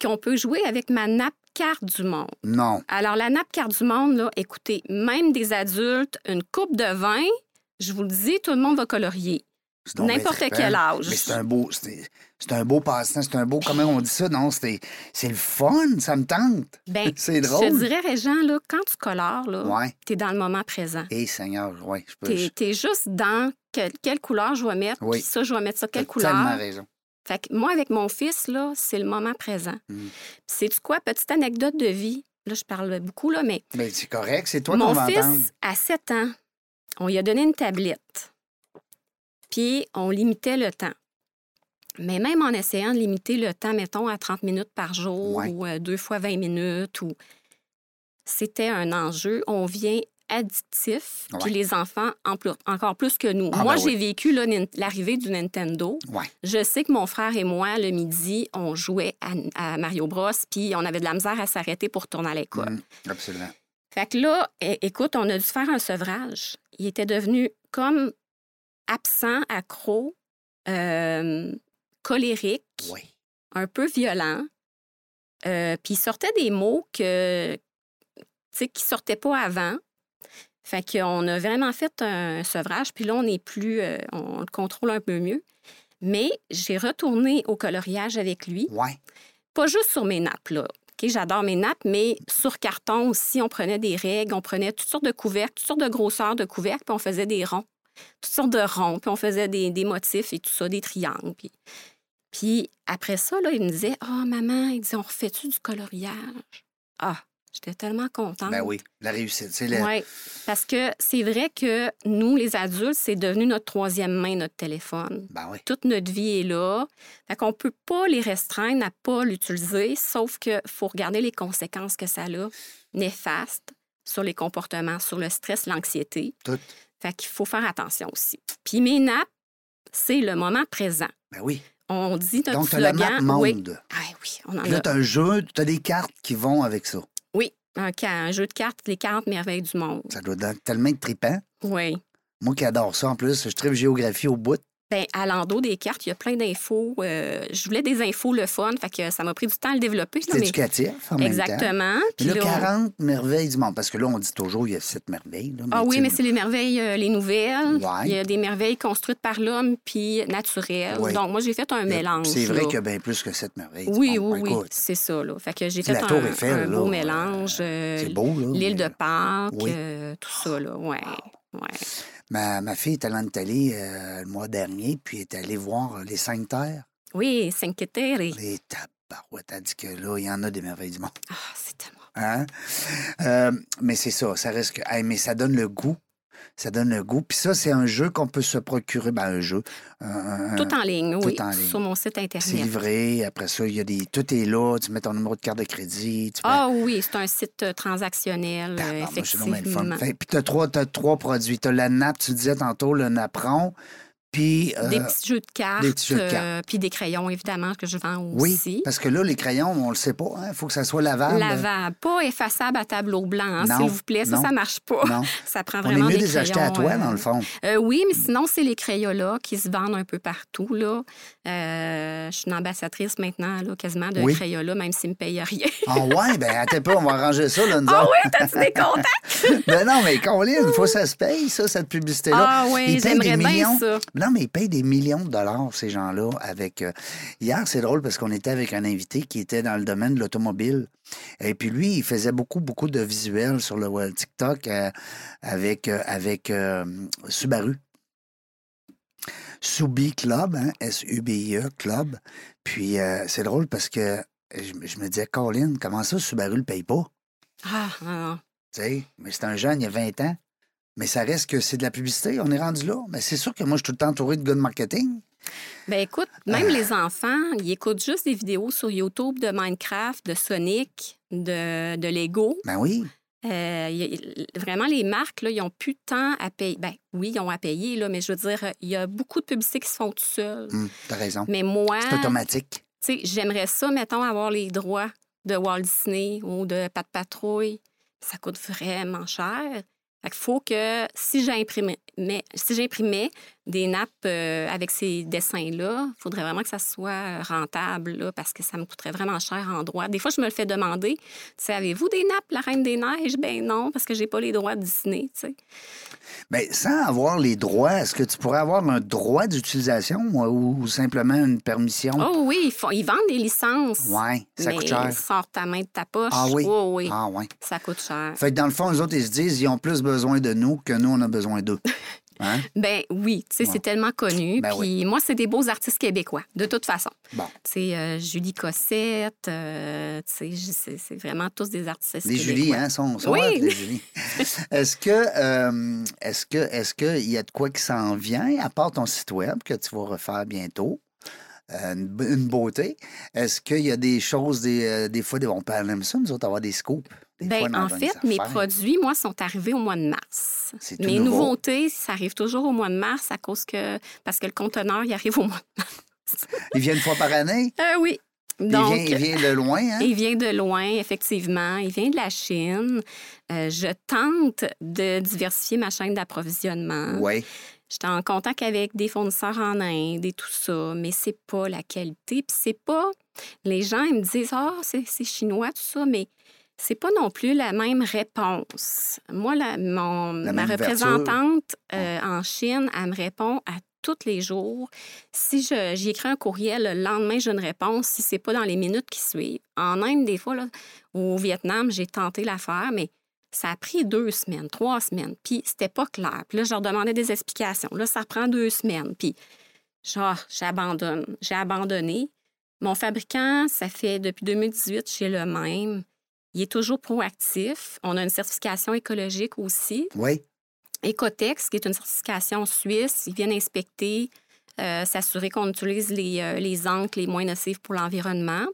qu'on peut jouer avec ma nappe carte du monde. Non. Alors, la nappe carte du monde, là, écoutez, même des adultes, une coupe de vin, je vous le dis, tout le monde va colorier. C'est donc bien N'importe trippant. quel âge. Mais c'est un beau, c'est c'est un beau passe-temps, c'est un beau, comment on dit ça, non? C'est c'est le fun, ça me tente. Ben, C'est je te drôle. dirais, Régent, là, quand tu colores, là, Ouais. t'es dans le moment présent. Eh, Seigneur, ouais, je peux. Oh. T'es je- t'es juste dans que- quelle couleur je vais mettre, Oui. puis ça, je vais mettre ça, t'as quelle couleur. tellement raison. Fait que moi, avec mon fils, là, c'est le moment présent. Mm. C'est tu quoi? Petite anecdote de vie. Là, je parle beaucoup, là, mais Ben, c'est correct, c'est toi qu'on mon va fils, entendre. à 7 ans, on lui a donné une tablette. Puis, on limitait le temps. Mais même en essayant de limiter le temps, mettons, à 30 minutes par jour Ouais. ou euh, deux fois 20 minutes, ou... c'était un enjeu. On vient addictif, Ouais. puis les enfants en plus- encore plus que nous. Ah, moi, ben j'ai vécu là, nin- l'arrivée du Nintendo. Ouais. Je sais que mon frère et moi, le midi, on jouait à, à Mario Bros, puis on avait de la misère à s'arrêter pour tourner à l'école. Mhm, absolument. Fait que là, é- écoute, on a dû faire un sevrage. Il était devenu comme absent, accro, euh, colérique, Oui. un peu violent. Euh, Puis il sortait des mots que, tu sais, qui sortaient pas avant. Fait qu'on a vraiment fait un sevrage. Puis là, on est plus, euh, on le contrôle un peu mieux. Mais j'ai retourné au coloriage avec lui Ouais. pas juste sur mes nappes, là. OK, j'adore mes nappes, mais sur carton aussi, on prenait des règles, on prenait toutes sortes de couvercles, toutes sortes de grosseurs de couvercles, puis on faisait des ronds, toutes sortes de ronds, puis on faisait des, des motifs et tout ça, des triangles. Puis, puis après ça, là, il me disait, « Oh, maman, il dit, on refait-tu du coloriage? » Ah, j'étais tellement contente. Ben oui, la réussite. C'est la- Oui, parce que c'est vrai que nous, les adultes, c'est devenu notre troisième main, notre téléphone Ben oui. toute notre vie est là. Fait qu'on peut pas les restreindre à pas l'utiliser, sauf que faut regarder les conséquences que ça a néfastes sur les comportements, sur le stress, l'anxiété. Tout. Fait qu'il faut faire attention aussi. Puis mes nappes, c'est le moment présent. Ben oui. On dit notre Donc, t'as la slogan. map monde. Oui. Ah oui, on en Puis là, a. t'as un jeu, t'as des cartes qui vont avec ça. Oui, un, ca- un jeu de cartes, les 40 merveilles du monde. Ça doit être tellement être trippant. Oui. Moi qui adore ça, en plus, je tripe géographie au bout. Ben, à l'endos des cartes, il y a plein d'infos. Euh, je voulais des infos le fun, fait que ça m'a pris du temps à le développer. là, C'est mais- éducatif en même temps. Exactement. Puis Puis là, là, on- 40 merveilles du monde. Parce que là, on dit toujours il y a 7 merveilles. là, Ah tu oui, sais, mais c'est les merveilles, euh, les nouvelles. Ouais. Il y a des merveilles construites par l'homme puis naturelles. Ouais. Donc, moi, j'ai fait un il y a- mélange. C'est vrai là. qu'il y a bien plus que 7 merveilles. du Oui, monde. oui, oui. Écoute, C'est ça, là. Fait que j'ai C'est fait la un, Tour Eiffel, un là, beau euh, mélange. euh, C'est beau, là. L'île de mais- Pâques, Oui. euh, tout ça, là. Ouais. ouais. Ma, ma fille est allée en Italie euh, le mois dernier, puis est allée voir les cinq terres. Oui, Cinque Terre. Les tabarouettes. Elle dit que là, il y en a des merveilles du monde. Ah, c'est tellement... Hein? Euh, mais c'est ça, ça reste que. Hey, mais ça donne le goût. Ça donne le goût. Puis ça, c'est un jeu qu'on peut se procurer. Ben, un jeu. Un- un- Tout en ligne, tout oui. en ligne. Sur mon site C'est Internet. livré. Après ça, il y a des. Tout est là. Tu mets ton numéro de carte de crédit. Tu mets- Ah oui, c'est un site euh, transactionnel, Ah, euh, bah, moi, c'est donc bien le fun. effectivement. Fait- Puis t'as trois, t'as trois produits. T'as la nappe, tu disais tantôt, le napperon. Puis. euh, Des petits jeux de cartes, des petits jeux de euh, cartes. puis des crayons, évidemment, que je vends oui. aussi. Parce que là, les crayons, on le sait pas. Il faut que ça soit lavable. Lavable, pas effaçable à tableau blanc, hein, Non, s'il vous plaît. Ça, non, ça marche pas. Non. Ça prend On est vraiment mieux de des les acheter à crayons, toi, euh, dans le fond. euh, oui, mais sinon, c'est les crayons là qui se vendent un peu partout. Là. Euh, je suis une ambassadrice maintenant, là, quasiment de Oui. Crayola, même s'ils ne me payent rien. Ah ouais, ben attends pas, on va arranger ça, là, nous Ah autres. oui, t'as-tu des contacts? Ben non, mais Colin, il faut que ça se paye, ça, cette publicité-là. Ah Ils oui, payent j'aimerais des millions. bien ça. Non, mais ils payent des millions de dollars, ces gens-là. Avec euh, Hier, c'est drôle parce qu'on était avec un invité qui était dans le domaine de l'automobile. Et puis lui, il faisait beaucoup, beaucoup de visuels sur le euh, TikTok euh, avec, euh, avec euh, Subaru. Subi Club, hein, S-U-B-I-E Club. Puis euh, c'est drôle parce que je, je me disais, Colin, comment ça, Subaru le paye pas? Ah, non, non. Tu sais, mais c'est un jeune, il y a 20 ans. Mais ça reste que c'est de la publicité, on est rendu là. Mais c'est sûr que moi, je suis tout le temps entouré de gars de marketing. Ben écoute, même Ah. les enfants, ils écoutent juste des vidéos sur YouTube de Minecraft, de Sonic, de, de Lego. Ben oui. Euh, il y a- il- vraiment, les marques, là, ils n'ont plus de temps à payer. Ben oui, ils ont à payer, là, mais je veux dire, il y a beaucoup de publicités qui se font tout seuls. Hum, T'as raison. Mais moi, C'est automatique. tu sais, j'aimerais ça, mettons, avoir les droits de Walt Disney ou de Pat Patrouille. Ça coûte vraiment cher. Fait qu'il faut que si j'imprimais, mais- si j'imprimais des nappes euh, avec ces dessins-là, il faudrait vraiment que ça soit rentable là, parce que ça me coûterait vraiment cher en droit. Des fois, je me le fais demander. Tu sais, avez-vous des nappes, la Reine des Neiges? Ben non, parce que j'ai pas les droits de Disney. tu sais. Mais Ben, sans avoir les droits, est-ce que tu pourrais avoir un droit d'utilisation moi, ou, simplement une permission? Oh oui, ils, font- ils vendent des licences. Mm. Ouais, ça mais coûte cher. sors ta main de ta poche. Ah oui. Oh oui, Ah ouais. ça coûte cher. Fait que dans le fond, les autres, ils se disent, ils ont plus besoin de nous que nous, on a besoin d'eux. Hein? Ben oui, tu sais, Ouais. c'est tellement connu. Ben Puis moi, c'est des beaux artistes québécois, de toute façon. Bon. Tu sais, euh, Julie Cossette, euh, tu sais, je- c'est c'est vraiment tous des artistes Les québécois. Julie, hein, sont, sont Oui. hot, les Julie. Est-ce que, euh, est-ce que, est-ce que il y a de quoi qui s'en vient, à part ton site web que tu vas refaire bientôt? euh, Une, b- une beauté. Est-ce qu'il y a des choses, des, euh, des fois, des- on parle même ça, nous autres, avoir des scoops? Des Ben, fois, dans en une fait, mes affaire. produits, moi, sont arrivés au mois de mars. C'est tout Mes nouveau. nouveautés, ça arrive toujours au mois de mars à cause que. Parce que le conteneur, il arrive au mois de Il vient une fois par année. Ah oui! il, vient, il vient de loin. Hein? Il vient de loin, effectivement. Il vient de la Chine. Euh, je tente de diversifier ma chaîne d'approvisionnement. Oui. J'étais en contact avec des fournisseurs en Inde et tout ça, mais c'est pas la qualité. Puis c'est pas. Les gens, ils me disent Ah, c'est c'est chinois, tout ça, mais c'est pas non plus la même réponse. Moi, la- mon, La ma même ouverture. représentante euh, en Chine, elle me répond à tous les jours. Si je- j'y écris un courriel, le lendemain, j'ai une réponse, si c'est pas dans les minutes qui suivent. En Inde, des fois, là, au Vietnam, j'ai tenté l'affaire, mais ça a pris deux semaines, trois semaines, puis c'était pas clair. Puis là, je leur demandais des explications. Là, ça reprend deux semaines, puis genre, j'abandonne. J'ai abandonné. Mon fabricant, ça fait depuis 2018 chez le même. Il est toujours proactif. On a une certification écologique aussi. Oui. Ecotex, qui est une certification suisse, ils viennent inspecter, euh, s'assurer qu'on utilise les, euh, les encres les moins nocives pour l'environnement.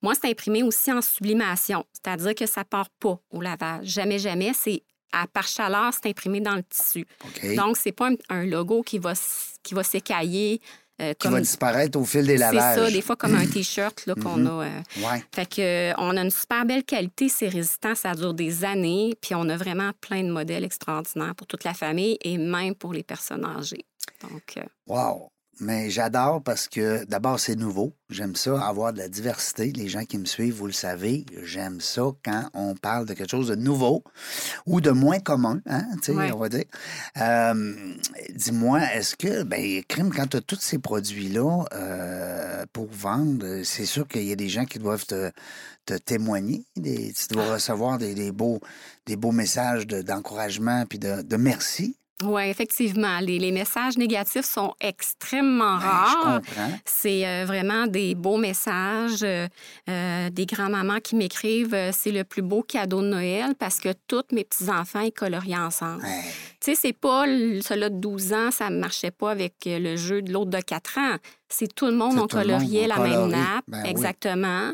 Moi, c'est imprimé aussi en sublimation, c'est-à-dire que ça part pas au lavage. Jamais, jamais. C'est à par chaleur, c'est imprimé dans le tissu. OK. Donc, c'est pas un, un logo qui va, s- qui va s'écailler. euh, qui comme- va disparaître au fil des c'est lavages. ça, des fois comme un t-shirt là, qu'on Mm-hmm. a. euh, Ouais. fait que, euh, on a une super belle qualité, c'est résistant, ça dure des années, puis on a vraiment plein de modèles extraordinaires pour toute la famille et même pour les personnes âgées. Donc, euh, Wow! Mais j'adore parce que d'abord, c'est nouveau. J'aime ça, avoir de la diversité. Les gens qui me suivent, vous le savez, j'aime ça quand on parle de quelque chose de nouveau ou de moins commun, hein, tu sais, Ouais. on va dire. Euh, Dis-moi, est-ce que, ben, Crime, quand tu as tous ces produits-là euh, pour vendre, c'est sûr qu'il y a des gens qui doivent te, te témoigner. des- tu dois recevoir des, des beaux, des beaux messages de- d'encouragement puis de, de merci. oui, effectivement, les, les messages négatifs sont extrêmement Ben, rares. je comprends. C'est euh, vraiment des beaux messages, euh, euh, des grands-mamans qui m'écrivent euh, c'est le plus beau cadeau de Noël parce que tous mes petits-enfants, ils colorient ensemble. Hey. Tu sais, c'est pas le- celui-là de 12 ans, ça ne marchait pas avec euh, le jeu de l'autre de 4 ans. C'est tout le monde, C'est on tout le monde, coloriait on la colorie. même nappe. Ben oui. exactement.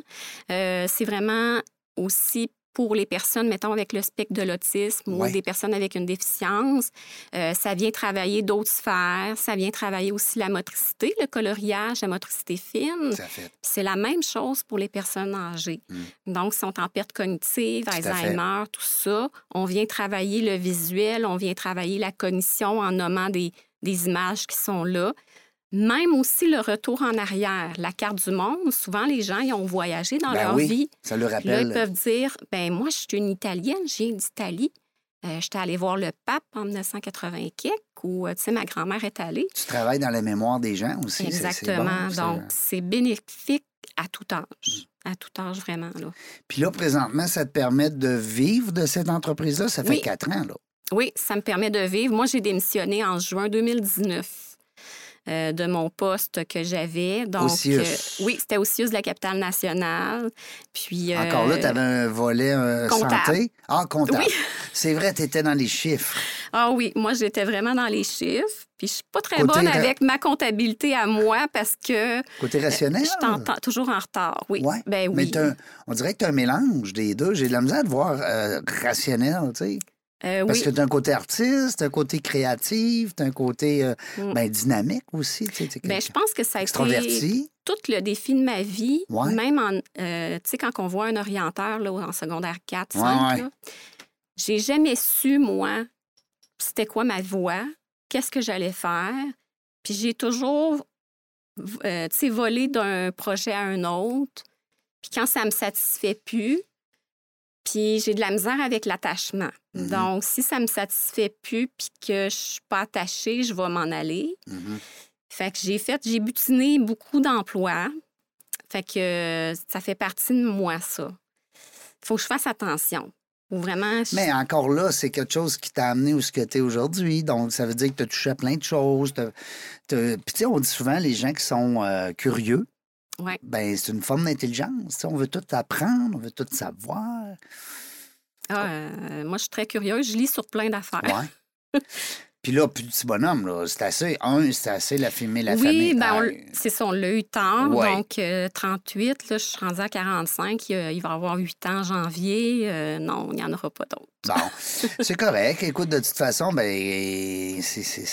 Euh, c'est vraiment aussi pour les personnes, mettons, avec le spectre de l'autisme Ouais. ou des personnes avec une déficience. Euh, ça vient travailler d'autres sphères. Ça vient travailler aussi la motricité, le coloriage, la motricité fine. Ça fait. C'est la même chose pour les personnes âgées. Donc, si sont en perte cognitive, Mm. à fait. Alzheimer, tout ça, on vient travailler le visuel, on vient travailler la cognition en nommant des, des images qui sont là. Même aussi le retour en arrière, la carte du monde, souvent les gens ils ont voyagé dans Ben leur oui, vie. Ça le Puis Là, ils rappelle. peuvent dire ben moi je suis une italienne, je viens d'Italie. Euh, J'étais allée voir le pape en 1980 quelques, ou euh, tu sais ma grand-mère est allée. Tu travailles dans la mémoire des gens aussi. c'est- c'est bon, Exactement. ça. Donc, c'est bénéfique à tout âge. À tout âge, vraiment. Là. Puis là, présentement, ça te permet de vivre de cette entreprise-là. Ça fait Oui. quatre ans, là. Oui, ça me permet de vivre. Moi, j'ai démissionné en juin 2019 euh, de mon poste que j'avais. Donc, euh, Au CIUS. oui, c'était au CIUS de la capitale nationale. Puis, Encore là, euh, tu avais un volet euh, comptable. santé. Ah, comptable. Oui. C'est vrai, tu étais dans les chiffres. Ah oui, moi, j'étais vraiment dans les chiffres. Puis, je suis pas très Côté bonne ra- avec ma comptabilité à moi parce que Côté rationnel. Euh, je t'entends toujours en retard. Oui, Ah! Ouais, ben Mais oui. t'as un- on dirait que tu un mélange des deux. J'ai de la misère de voir euh, rationnel, tu sais. Euh, Parce oui. que tu un côté artiste, t'as un côté créatif, t'as un côté euh, Mm. ben, dynamique aussi, tu sais. t'es Ben, quelqu'un je pense que ça a été Extraverti. tout le défi de ma vie, Ouais. même en, euh, tu sais, quand on voit un orienteur là, en secondaire 4, Ouais, 5, ouais. là, j'ai jamais su, moi, c'était quoi ma voie, qu'est-ce que j'allais faire. Puis j'ai toujours, euh, tu sais, volé d'un projet à un autre. Puis quand ça me satisfait plus, puis j'ai de la misère avec l'attachement. Mhm. Donc, si ça me satisfait plus, puis que je suis pas attachée, je vais m'en aller. Mhm. Fait que j'ai fait, j'ai butiné beaucoup d'emplois. Fait que euh, ça fait partie de moi, ça. Faut que je fasse attention. Ou vraiment. je- Mais encore là, c'est quelque chose qui t'a amené où ce que tu es aujourd'hui. Donc, ça veut dire que tu as touché à plein de choses. t'as- t'as- Puis, tu sais, on dit souvent, les gens qui sont euh, curieux, Ouais. ben c'est une forme d'intelligence. tu sais. On veut tout apprendre, on veut tout savoir. Ah, euh, moi, je suis très curieuse. Je lis sur plein d'affaires. Ouais. Puis là, plus petit bonhomme, là, c'est assez. Un, c'est assez la famille, la famille. oui, ben, on Ah, l- c'est ça, on l'a eu tard. Ouais. Donc, euh, 38, là, je suis rendue à 45. Il, y a- il va avoir 8 ans en janvier. Euh, non, il n'y en aura pas d'autres. Bon, c'est correct. Écoute, de toute façon, ben, c'est- c'est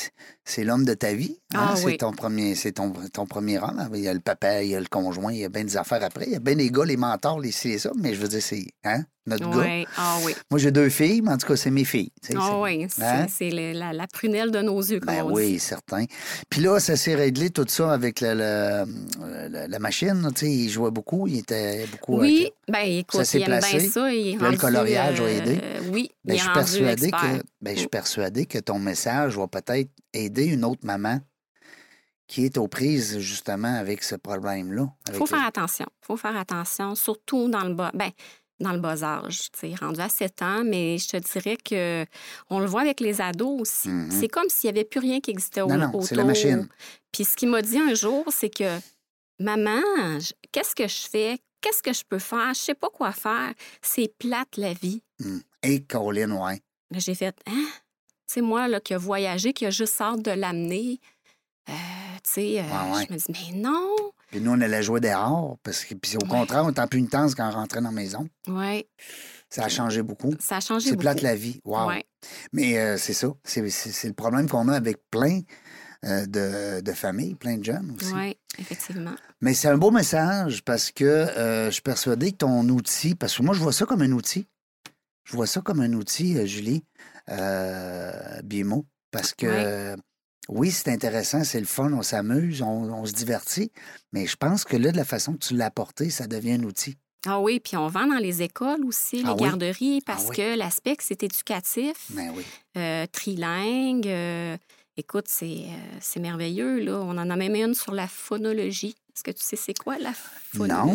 c'est l'homme de ta vie. hein. Ah c'est oui. ton premier, c'est ton, ton premier homme. Il y a le papa, il y a le conjoint, il y a bien des affaires après. Il y a bien des gars, les mentors, les ci, les ça. Mais je veux dire, c'est hein, notre gars. Oui, ah oui. Moi, j'ai deux filles, mais en tout cas, c'est mes filles. tu sais, Ah c'est- oui, c'est Hein? c'est le- la, la prunelle de nos yeux, comme Ben on dit. oui, certain. Puis là, ça s'est réglé tout ça avec la, la, la- la machine. Tu sais, il jouait beaucoup, il était beaucoup. Oui, avec- ben écoute, s'est il aime placé. bien ça. Il est Là, le rendu, coloriage va aider. euh, oui, Ben, je il est suis rendu persuadé expert. que ben, je suis persuadé que ton message va peut-être aider une autre maman qui est aux prises justement avec ce problème-là. Il avec faut le- faire attention. faut faire attention, surtout dans le bas, ben, dans le bas âge. tu sais, rendu à 7 ans, mais je te dirais que on le voit avec les ados aussi. Mhm. C'est comme s'il n'y avait plus rien qui existait au- Non, non, autour. c'est la machine. Puis ce qu'il m'a dit un jour, c'est que Maman, je- qu'est-ce que je fais? Qu'est-ce que je peux faire? Je sais pas quoi faire. C'est plate la vie. Et Colin, ouais. Là, j'ai fait Hein? C'est moi là, qui a voyagé, qui a juste hâte de l'amener. Euh, tu sais, euh, Ouais, ouais. je me dis, mais non! Puis nous, on allait jouer dehors parce que puis au contraire, on était en punitance quand on rentrait dans la maison. Oui, Ça a changé beaucoup. ça a changé C'est beaucoup. plate la vie. Wow. Ouais. Mais euh, c'est ça. C'est c'est- c'est le problème qu'on a avec plein euh, de, de familles, plein de jeunes aussi. Oui, effectivement. Mais c'est un beau message parce que euh, je suis persuadé que ton outil, parce que moi, je vois ça comme un outil. Je vois ça comme un outil, euh, Julie, euh, Bimo, parce que Oui. euh, oui, c'est intéressant, c'est le fun, on s'amuse, on, on se divertit, mais je pense que là, de la façon que tu l'as apporté, ça devient un outil. Ah oui, puis on vend dans les écoles aussi, les Ah oui? garderies, parce oui? que l'aspect, que c'est éducatif, Ben oui. euh, trilingue. euh, écoute, c'est euh, c'est merveilleux. Là. On en a même une sur la phonologie. Est-ce que tu sais c'est quoi la Non,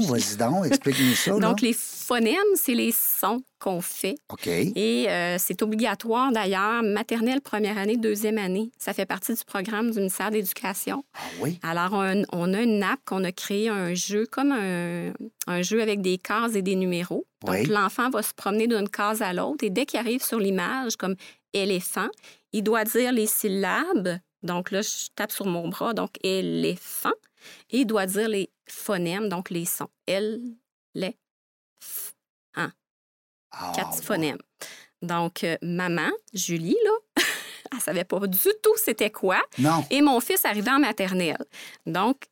phonologie? vas-y donc, explique-nous ça. là. Donc, les phonèmes, c'est les sons qu'on fait. OK. Et euh, c'est obligatoire d'ailleurs, maternelle, première année, deuxième année. Ça fait partie du programme du ministère de l'Éducation. Ah oui. Alors, on, on a une app qu'on a créée, un jeu comme un, un jeu avec des cases et des numéros. Donc, Oui. l'enfant va se promener d'une case à l'autre et dès qu'il arrive sur l'image, comme éléphant, il doit dire les syllabes. Donc, là, je tape sur mon bras, donc éléphant. Et il doit dire les phonèmes, donc les sons. L, les, f, Ah, quatre ouais. phonèmes. Donc, euh, maman, Julie, là, elle savait pas du tout c'était quoi. Non. Et mon fils arrivait en maternelle. Donc,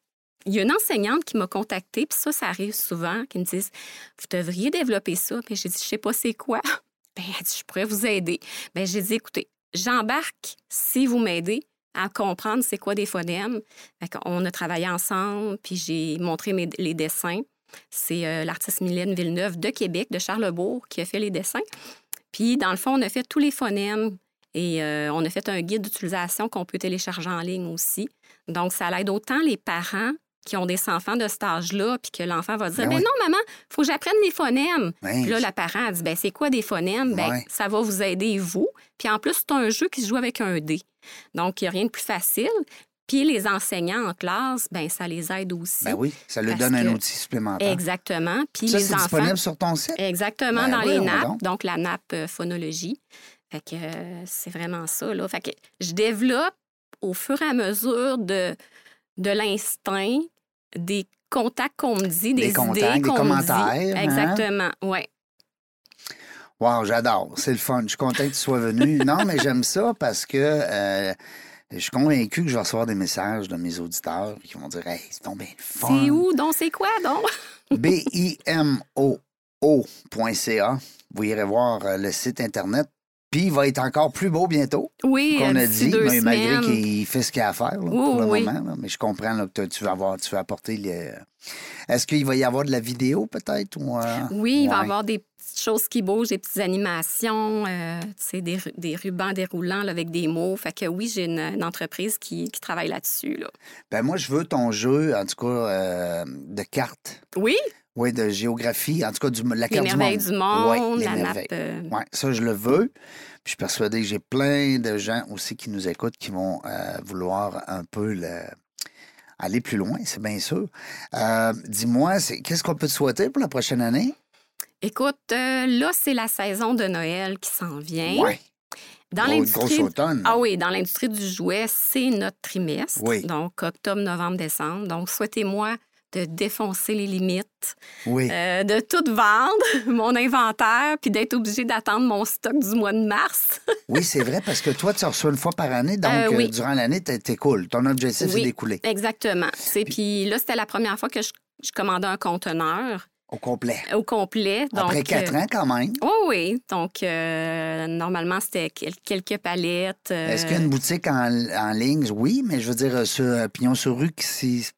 il y a une enseignante qui m'a contactée, puis ça, ça arrive souvent, qui me disent Vous devriez développer ça. Puis j'ai dit Je sais pas c'est quoi. Ben, elle dit Je pourrais vous aider. Ben, j'ai dit Écoutez, j'embarque si vous m'aidez à comprendre c'est quoi des phonèmes. On a travaillé ensemble, puis j'ai montré mes, les dessins. C'est euh, l'artiste Mylène Villeneuve de Québec, de Charlebourg, qui a fait les dessins. Puis, dans le fond, on a fait tous les phonèmes et euh, on a fait un guide d'utilisation qu'on peut télécharger en ligne aussi. Donc, ça l'aide autant les parents qui ont des enfants de cet âge-là, puis que l'enfant va dire, Ben mais oui. non, maman, faut que j'apprenne les phonèmes. Ouais. Puis là, la parent a dit, ben c'est quoi des phonèmes? Ben, Ouais. ça va vous aider, vous. Puis en plus, c'est un jeu qui se joue avec un dé. Donc, il n'y a rien de plus facile. Puis les enseignants en classe, ben ça les aide aussi. Ben oui, ça lui Parce donne un que- outil supplémentaire. Exactement. Puis Ça, les c'est enfants... disponible sur ton site. Exactement, Ben dans oui, les on va nappes, donc. donc. la nappe euh, phonologie. Fait que euh, c'est vraiment ça. Là. Fait que je développe au fur et à mesure de, de l'instinct, des contacts qu'on me dit, Des des, contacts, idées des qu'on me dit. commentaires, hein? Exactement, ouais. Wow, j'adore. C'est le fun. Je suis content que tu sois venu. non, mais j'aime ça parce que euh, je suis convaincu que je vais recevoir des messages de mes auditeurs qui vont dire Hey, c'est donc bien le fun. C'est où, donc c'est quoi, donc? BIMOO.ca. Vous irez voir euh, le site Internet. Puis il va être encore plus beau bientôt Oui, qu'on a d'ici dit, deux mais malgré semaines. qu'il fait ce qu'il a à faire là, pour le oui. moment. là. Mais je comprends là, que tu vas avoir, tu vas apporter les. Est-ce qu'il va y avoir de la vidéo peut-être ou, euh, Oui, il va y ouais. avoir des petites choses qui bougent, des petites animations, euh, tu sais, des, ru- des rubans déroulants là, avec des mots. Fait que oui, j'ai une, une entreprise qui, qui travaille là-dessus. Là. Ben moi, je veux ton jeu, en tout cas, euh, de cartes. Oui, Oui, de géographie, en tout cas, du, la les carte du merveilles monde. du monde, Ouais, la les nappe. merveilles. euh, Oui, ça, je le veux. Puis je suis persuadé que j'ai plein de gens aussi qui nous écoutent qui vont euh, vouloir un peu le- aller plus loin, c'est bien sûr. Euh, Dis-moi, c'est- qu'est-ce qu'on peut te souhaiter pour la prochaine année? Écoute, euh, là, c'est la saison de Noël qui s'en vient. Oui, Hein? Dans gros l'industrie. automne. Ah oui, dans l'industrie du jouet, c'est notre trimestre. Oui. Donc, octobre, novembre, décembre. Donc, souhaitez-moi de défoncer les limites, oui. euh, de tout vendre, mon inventaire, puis d'être obligé d'attendre mon stock du mois de mars. oui, c'est vrai, parce que toi, tu reçois une fois par année, donc Euh, euh, oui. durant l'année, t'es cool. Ton objectif, c'est Oui. d'écouler Exactement. C'est puis là, c'était la première fois que je, je commandais un conteneur au complet. au complet. Donc, Après quatre euh, ans, quand même. Oui, oui. Donc, euh, normalement, c'était quel- quelques palettes. euh, Est-ce qu'il y a une boutique en, en ligne? Oui, mais je veux dire, euh, sur euh, Pignon sur rue qui s'y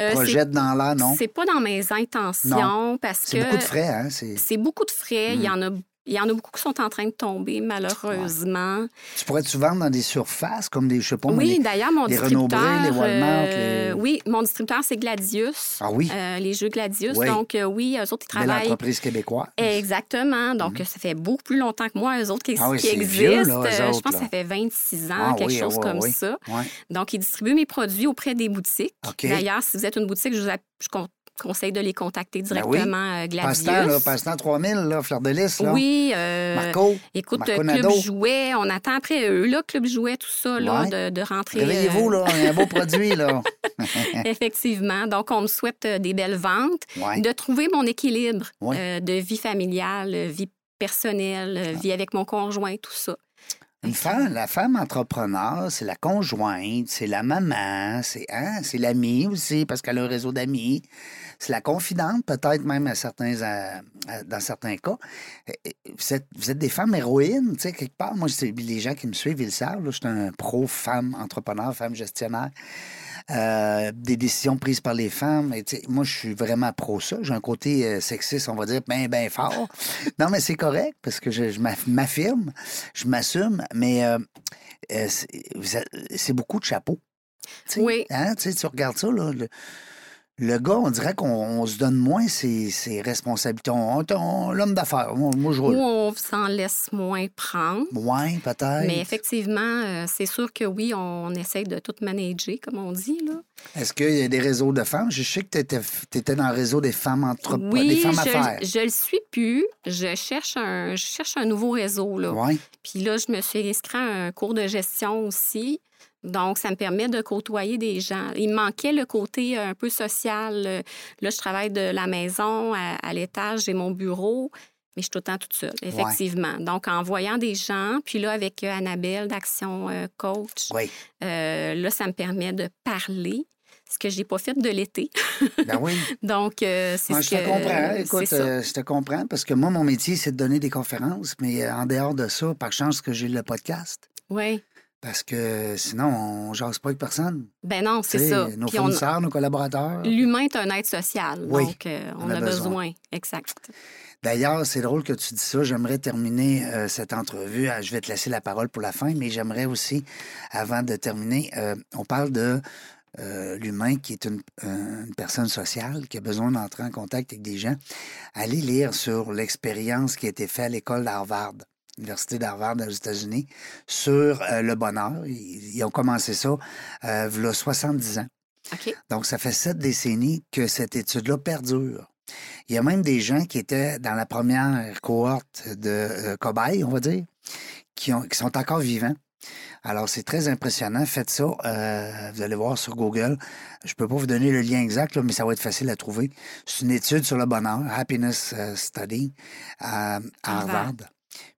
euh, c'est- projette dans l'air, non? C'est pas dans mes intentions parce C'est que beaucoup de frais, Hmm. hein? c'est- c'est beaucoup de frais. Il, y en a, il y en a beaucoup qui sont en train de tomber, malheureusement. Tu pourrais-tu vendre dans des surfaces comme des, je sais pas, moi, oui, des- d'ailleurs, mon les Renaud Bré, distributeur. les Walmart, euh, les- Oui, mon distributeur, c'est Gladius. Ah oui, Euh, les jeux Gladius. Oui. Donc, euh, oui, eux autres, ils de travaillent. l'entreprise québécoise. Exactement. Donc, ça fait beaucoup plus longtemps que moi, eux autres qui, Ah oui, qui c'est vieux, là, existent. eux Euh, je autres, pense là. que ça fait 26 ans, Ah quelque oui, chose oui, comme oui. ça. Ouais. Donc, ils distribuent mes produits auprès des boutiques. OK. D'ailleurs, si vous êtes une boutique, je vous app- je con- conseille de les contacter Ben oui. directement euh, Gladius. Passe-temps, là, passe-temps 3000, là, fleur de lys, là. Oui, euh, Marco, écoute, Marco euh, Club Nadeau. Jouet, on attend après eux, là, Club Jouet, tout ça, là, Ouais. de, de rentrer. euh, réveillez-vous, là, on a un beau produit, là. Effectivement. Donc, on me souhaite euh, des belles ventes, Ouais. de trouver mon équilibre Ouais. euh, de vie familiale, euh, vie personnelle, euh, vie avec mon conjoint, tout ça. Ah. Une femme, la femme entrepreneur, c'est la conjointe, c'est la maman, c'est hein, c'est l'amie aussi, parce qu'elle a un réseau d'amis. C'est la confidente, peut-être même à certains, à- à- dans certains cas. Et- et Vous êtes, vous êtes des femmes héroïnes, tu sais, quelque part. Moi, c'est- les gens qui me suivent, ils le savent. là, je suis un pro-femme entrepreneur, femme gestionnaire. Euh, des décisions prises par les femmes. Et, tu sais, moi, je suis vraiment pro ça. J'ai un côté euh, sexiste, on va dire, bien, bien fort. non, mais c'est correct, parce que je, je m'aff- m'affirme, je m'assume, mais euh, euh, c'est- vous êtes- c'est beaucoup de chapeaux. Tu sais, Oui. hein, tu sais, tu regardes ça, là, le, le gars, on dirait qu'on on se donne moins ses, ses responsabilités. On- on- on- L'homme d'affaires, moi, moi, je Où roule. on s'en laisse moins prendre. Ouais, peut-être. Mais effectivement, euh, c'est sûr que oui, on essaye de tout manager, comme on dit. Là. Est-ce qu'il y a des réseaux de femmes? Je sais que tu étais, dans le réseau des femmes entrepreneurs, des oui, femmes affaires. je, je le suis plus. Je cherche un, je cherche un nouveau réseau. Là. Ouais. Puis là, je me suis inscrite à un cours de gestion aussi. Donc, ça me permet de côtoyer des gens. Il me manquait le côté euh, un peu social. Euh, Là, je travaille de la maison à, à l'étage, j'ai mon bureau, mais je suis tout le temps toute seule, effectivement. Donc, en voyant des gens, puis là, avec euh, Annabelle d'Action euh, Coach, Oui. euh, là, ça me permet de parler, ce que j'ai pas fait de l'été. Ben oui. Donc, euh, c'est Moi, je ce te que- comprends. c'est Écoute, ça. euh, je te comprends parce que moi, mon métier, c'est de donner des conférences, mais euh, en dehors de ça, par chance que j'ai le podcast. Oui, Parce que sinon, on jase pas avec personne. Ben non, c'est Tu sais, ça. Nos Puis on- fournisseurs, nos collaborateurs. L'humain est un être social, Oui, donc euh, Ah. on a, besoin. Exact. D'ailleurs, c'est drôle que tu dis ça. J'aimerais terminer euh, cette entrevue. Ah, Je vais te laisser la parole pour la fin, mais j'aimerais aussi, avant de terminer, euh, on parle de euh, l'humain qui est une, euh, une personne sociale, qui a besoin d'entrer en contact avec des gens. Allez lire sur l'expérience qui a été faite à l'école d'Harvard, l'université d'Harvard aux États-Unis, sur euh, le bonheur. Ils, ils ont commencé ça, euh, voilà 70 ans. OK. Donc, ça fait sept décennies que cette étude-là perdure. Il y a même des gens qui étaient dans la première cohorte de euh, cobayes, on va dire, qui, ont- qui sont encore vivants. Alors, c'est très impressionnant. Faites ça. euh, vous allez voir sur Google. Je peux pas vous donner le lien exact, là, mais ça va être facile à trouver. C'est une étude sur le bonheur, Happiness euh, Study, à à Harvard.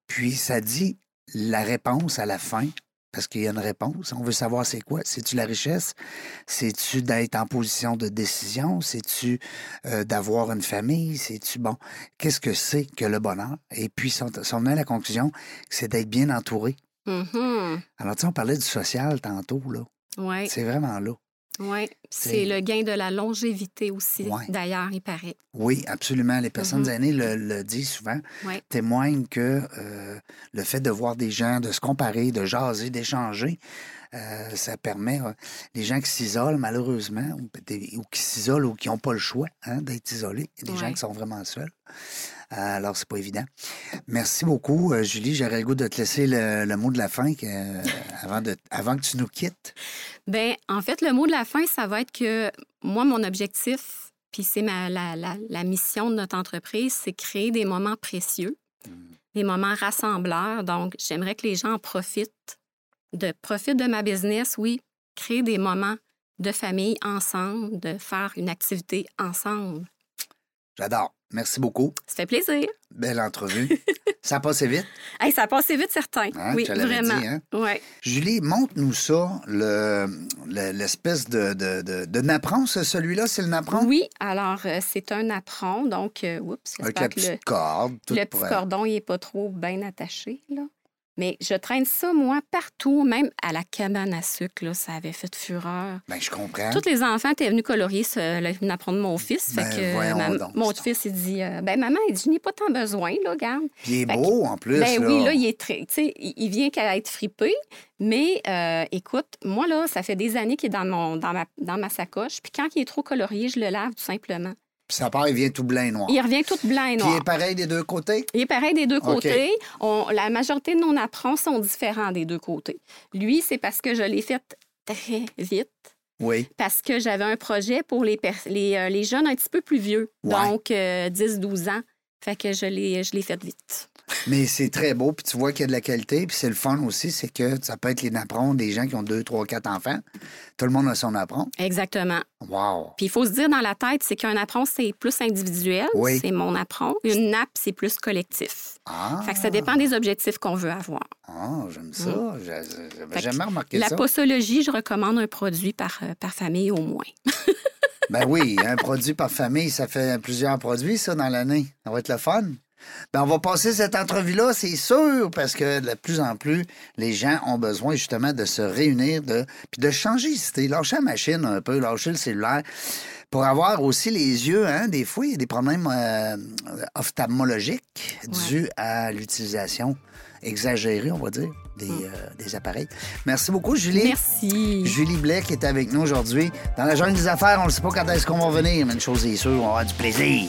Puis, ça dit la réponse à la fin, parce qu'il y a une réponse. On veut savoir c'est quoi. C'est-tu la richesse? C'est-tu d'être en position de décision? C'est-tu euh, d'avoir une famille? C'est-tu, bon, qu'est-ce que c'est que le bonheur? Et puis, ils sont, sont venus à la conclusion que c'est d'être bien entouré. Mhm. Alors, tu sais, on parlait du social tantôt, là. Oui, C'est vraiment là. oui. C'est- C'est le gain de la longévité aussi, Ouais. d'ailleurs, il paraît. Oui, absolument. Les personnes Mhm. aînées le, le disent souvent, Ouais. témoignent que euh, le fait de voir des gens, de se comparer, de jaser, d'échanger, euh, ça permet euh, les gens qui s'isolent malheureusement, ou, peut-être- ou qui s'isolent ou qui n'ont pas le choix hein, d'être isolés, et des gens Ouais. qui sont vraiment seuls. Euh, alors, c'est pas évident. Merci beaucoup, euh, Julie. J'aurais le goût de te laisser le, le mot de la fin que, euh, avant, de, avant que tu nous quittes. Ben, en fait, le mot de la fin, ça va être que moi, mon objectif, puis c'est ma- la, la- la mission de notre entreprise, c'est créer des moments précieux, des moments rassembleurs. Donc, j'aimerais que les gens en profitent, de profitent de ma business, oui, créer des moments de famille ensemble, de faire une activité ensemble. J'adore. Merci beaucoup. Ça fait plaisir. Belle entrevue. ça a passé vite. Hey, ça a passé vite, certain. Hein, oui, tu l'avais dit, vraiment. hein? Ouais. Julie, montre-nous ça, le- le- l'espèce de, de, de, de napperon, ça, celui-là, c'est le napperon? Oui, alors euh, c'est un apron, donc euh, oups, Avec j'espère la que le, petite corde. tout le pour- petit cordon, il n'est pas trop bien attaché, là. Mais je traîne ça, moi, partout, même à la cabane à sucre, là, ça avait fait fureur. Ben, je comprends. Tous les enfants étaient venus colorier ce, le- l'apron de mon fils. Fait Ben, que euh, voyons ma- donc, mon c'est fils, il dit euh, Ben, maman, il dit, je n'ai pas tant besoin, là, regarde. Puis il est Fait que- beau, en plus. Ben là. oui, là, il est très. Tu sais, il il vient qu'à être fripé, mais euh, écoute, moi, là, ça fait des années qu'il est dans, mon, dans, ma, dans ma sacoche. Puis quand il est trop colorié, je le lave tout simplement. Puis sa part, il vient tout blanc et noir. Il revient tout blanc et Ah. Puis noir. il est pareil des deux côtés? Il est pareil des deux OK. côtés. On- la majorité de nos apprends sont différents des deux côtés. Lui, c'est parce que je l'ai fait très vite, Oui. parce que j'avais un projet pour les, pers- les, euh, les jeunes un petit peu plus vieux, Ouais. donc euh, 10-12 ans. Fait que je l'ai, je l'ai fait vite. Mais c'est très beau, puis tu vois qu'il y a de la qualité. Puis c'est le fun aussi, c'est que ça peut être les napperons des gens qui ont deux, trois, quatre enfants. Tout le monde a son napperon. Exactement. Wow! Puis il faut se dire dans la tête, c'est qu'un apprend, c'est plus individuel. Oui. C'est mon apprend. Une nappe, c'est plus collectif. Ah! Fait que ça dépend des objectifs qu'on veut avoir. Ah, j'aime ça. J'a- J'avais Fait que jamais remarqué la ça. postologie, je recommande un produit par, euh, par famille au moins. Ben oui, un produit par famille, ça fait plusieurs produits, ça, dans l'année. Ça va être le fun. Ben, on va passer cette entrevue-là, c'est sûr, parce que de plus en plus, les gens ont besoin justement de se réunir, de, puis de changer d'idée, lâcher la machine un peu, lâcher le cellulaire, pour avoir aussi les yeux, hein, des fois, il y a des problèmes euh, ophtalmologiques dus à l'utilisation exagérée, on va dire, des, euh, des appareils. Merci beaucoup, Julie. Merci. Julie Blais qui est avec nous aujourd'hui. Dans la jungle des affaires, on ne sait pas quand est-ce qu'on va venir, mais une chose est sûre, on va avoir du plaisir.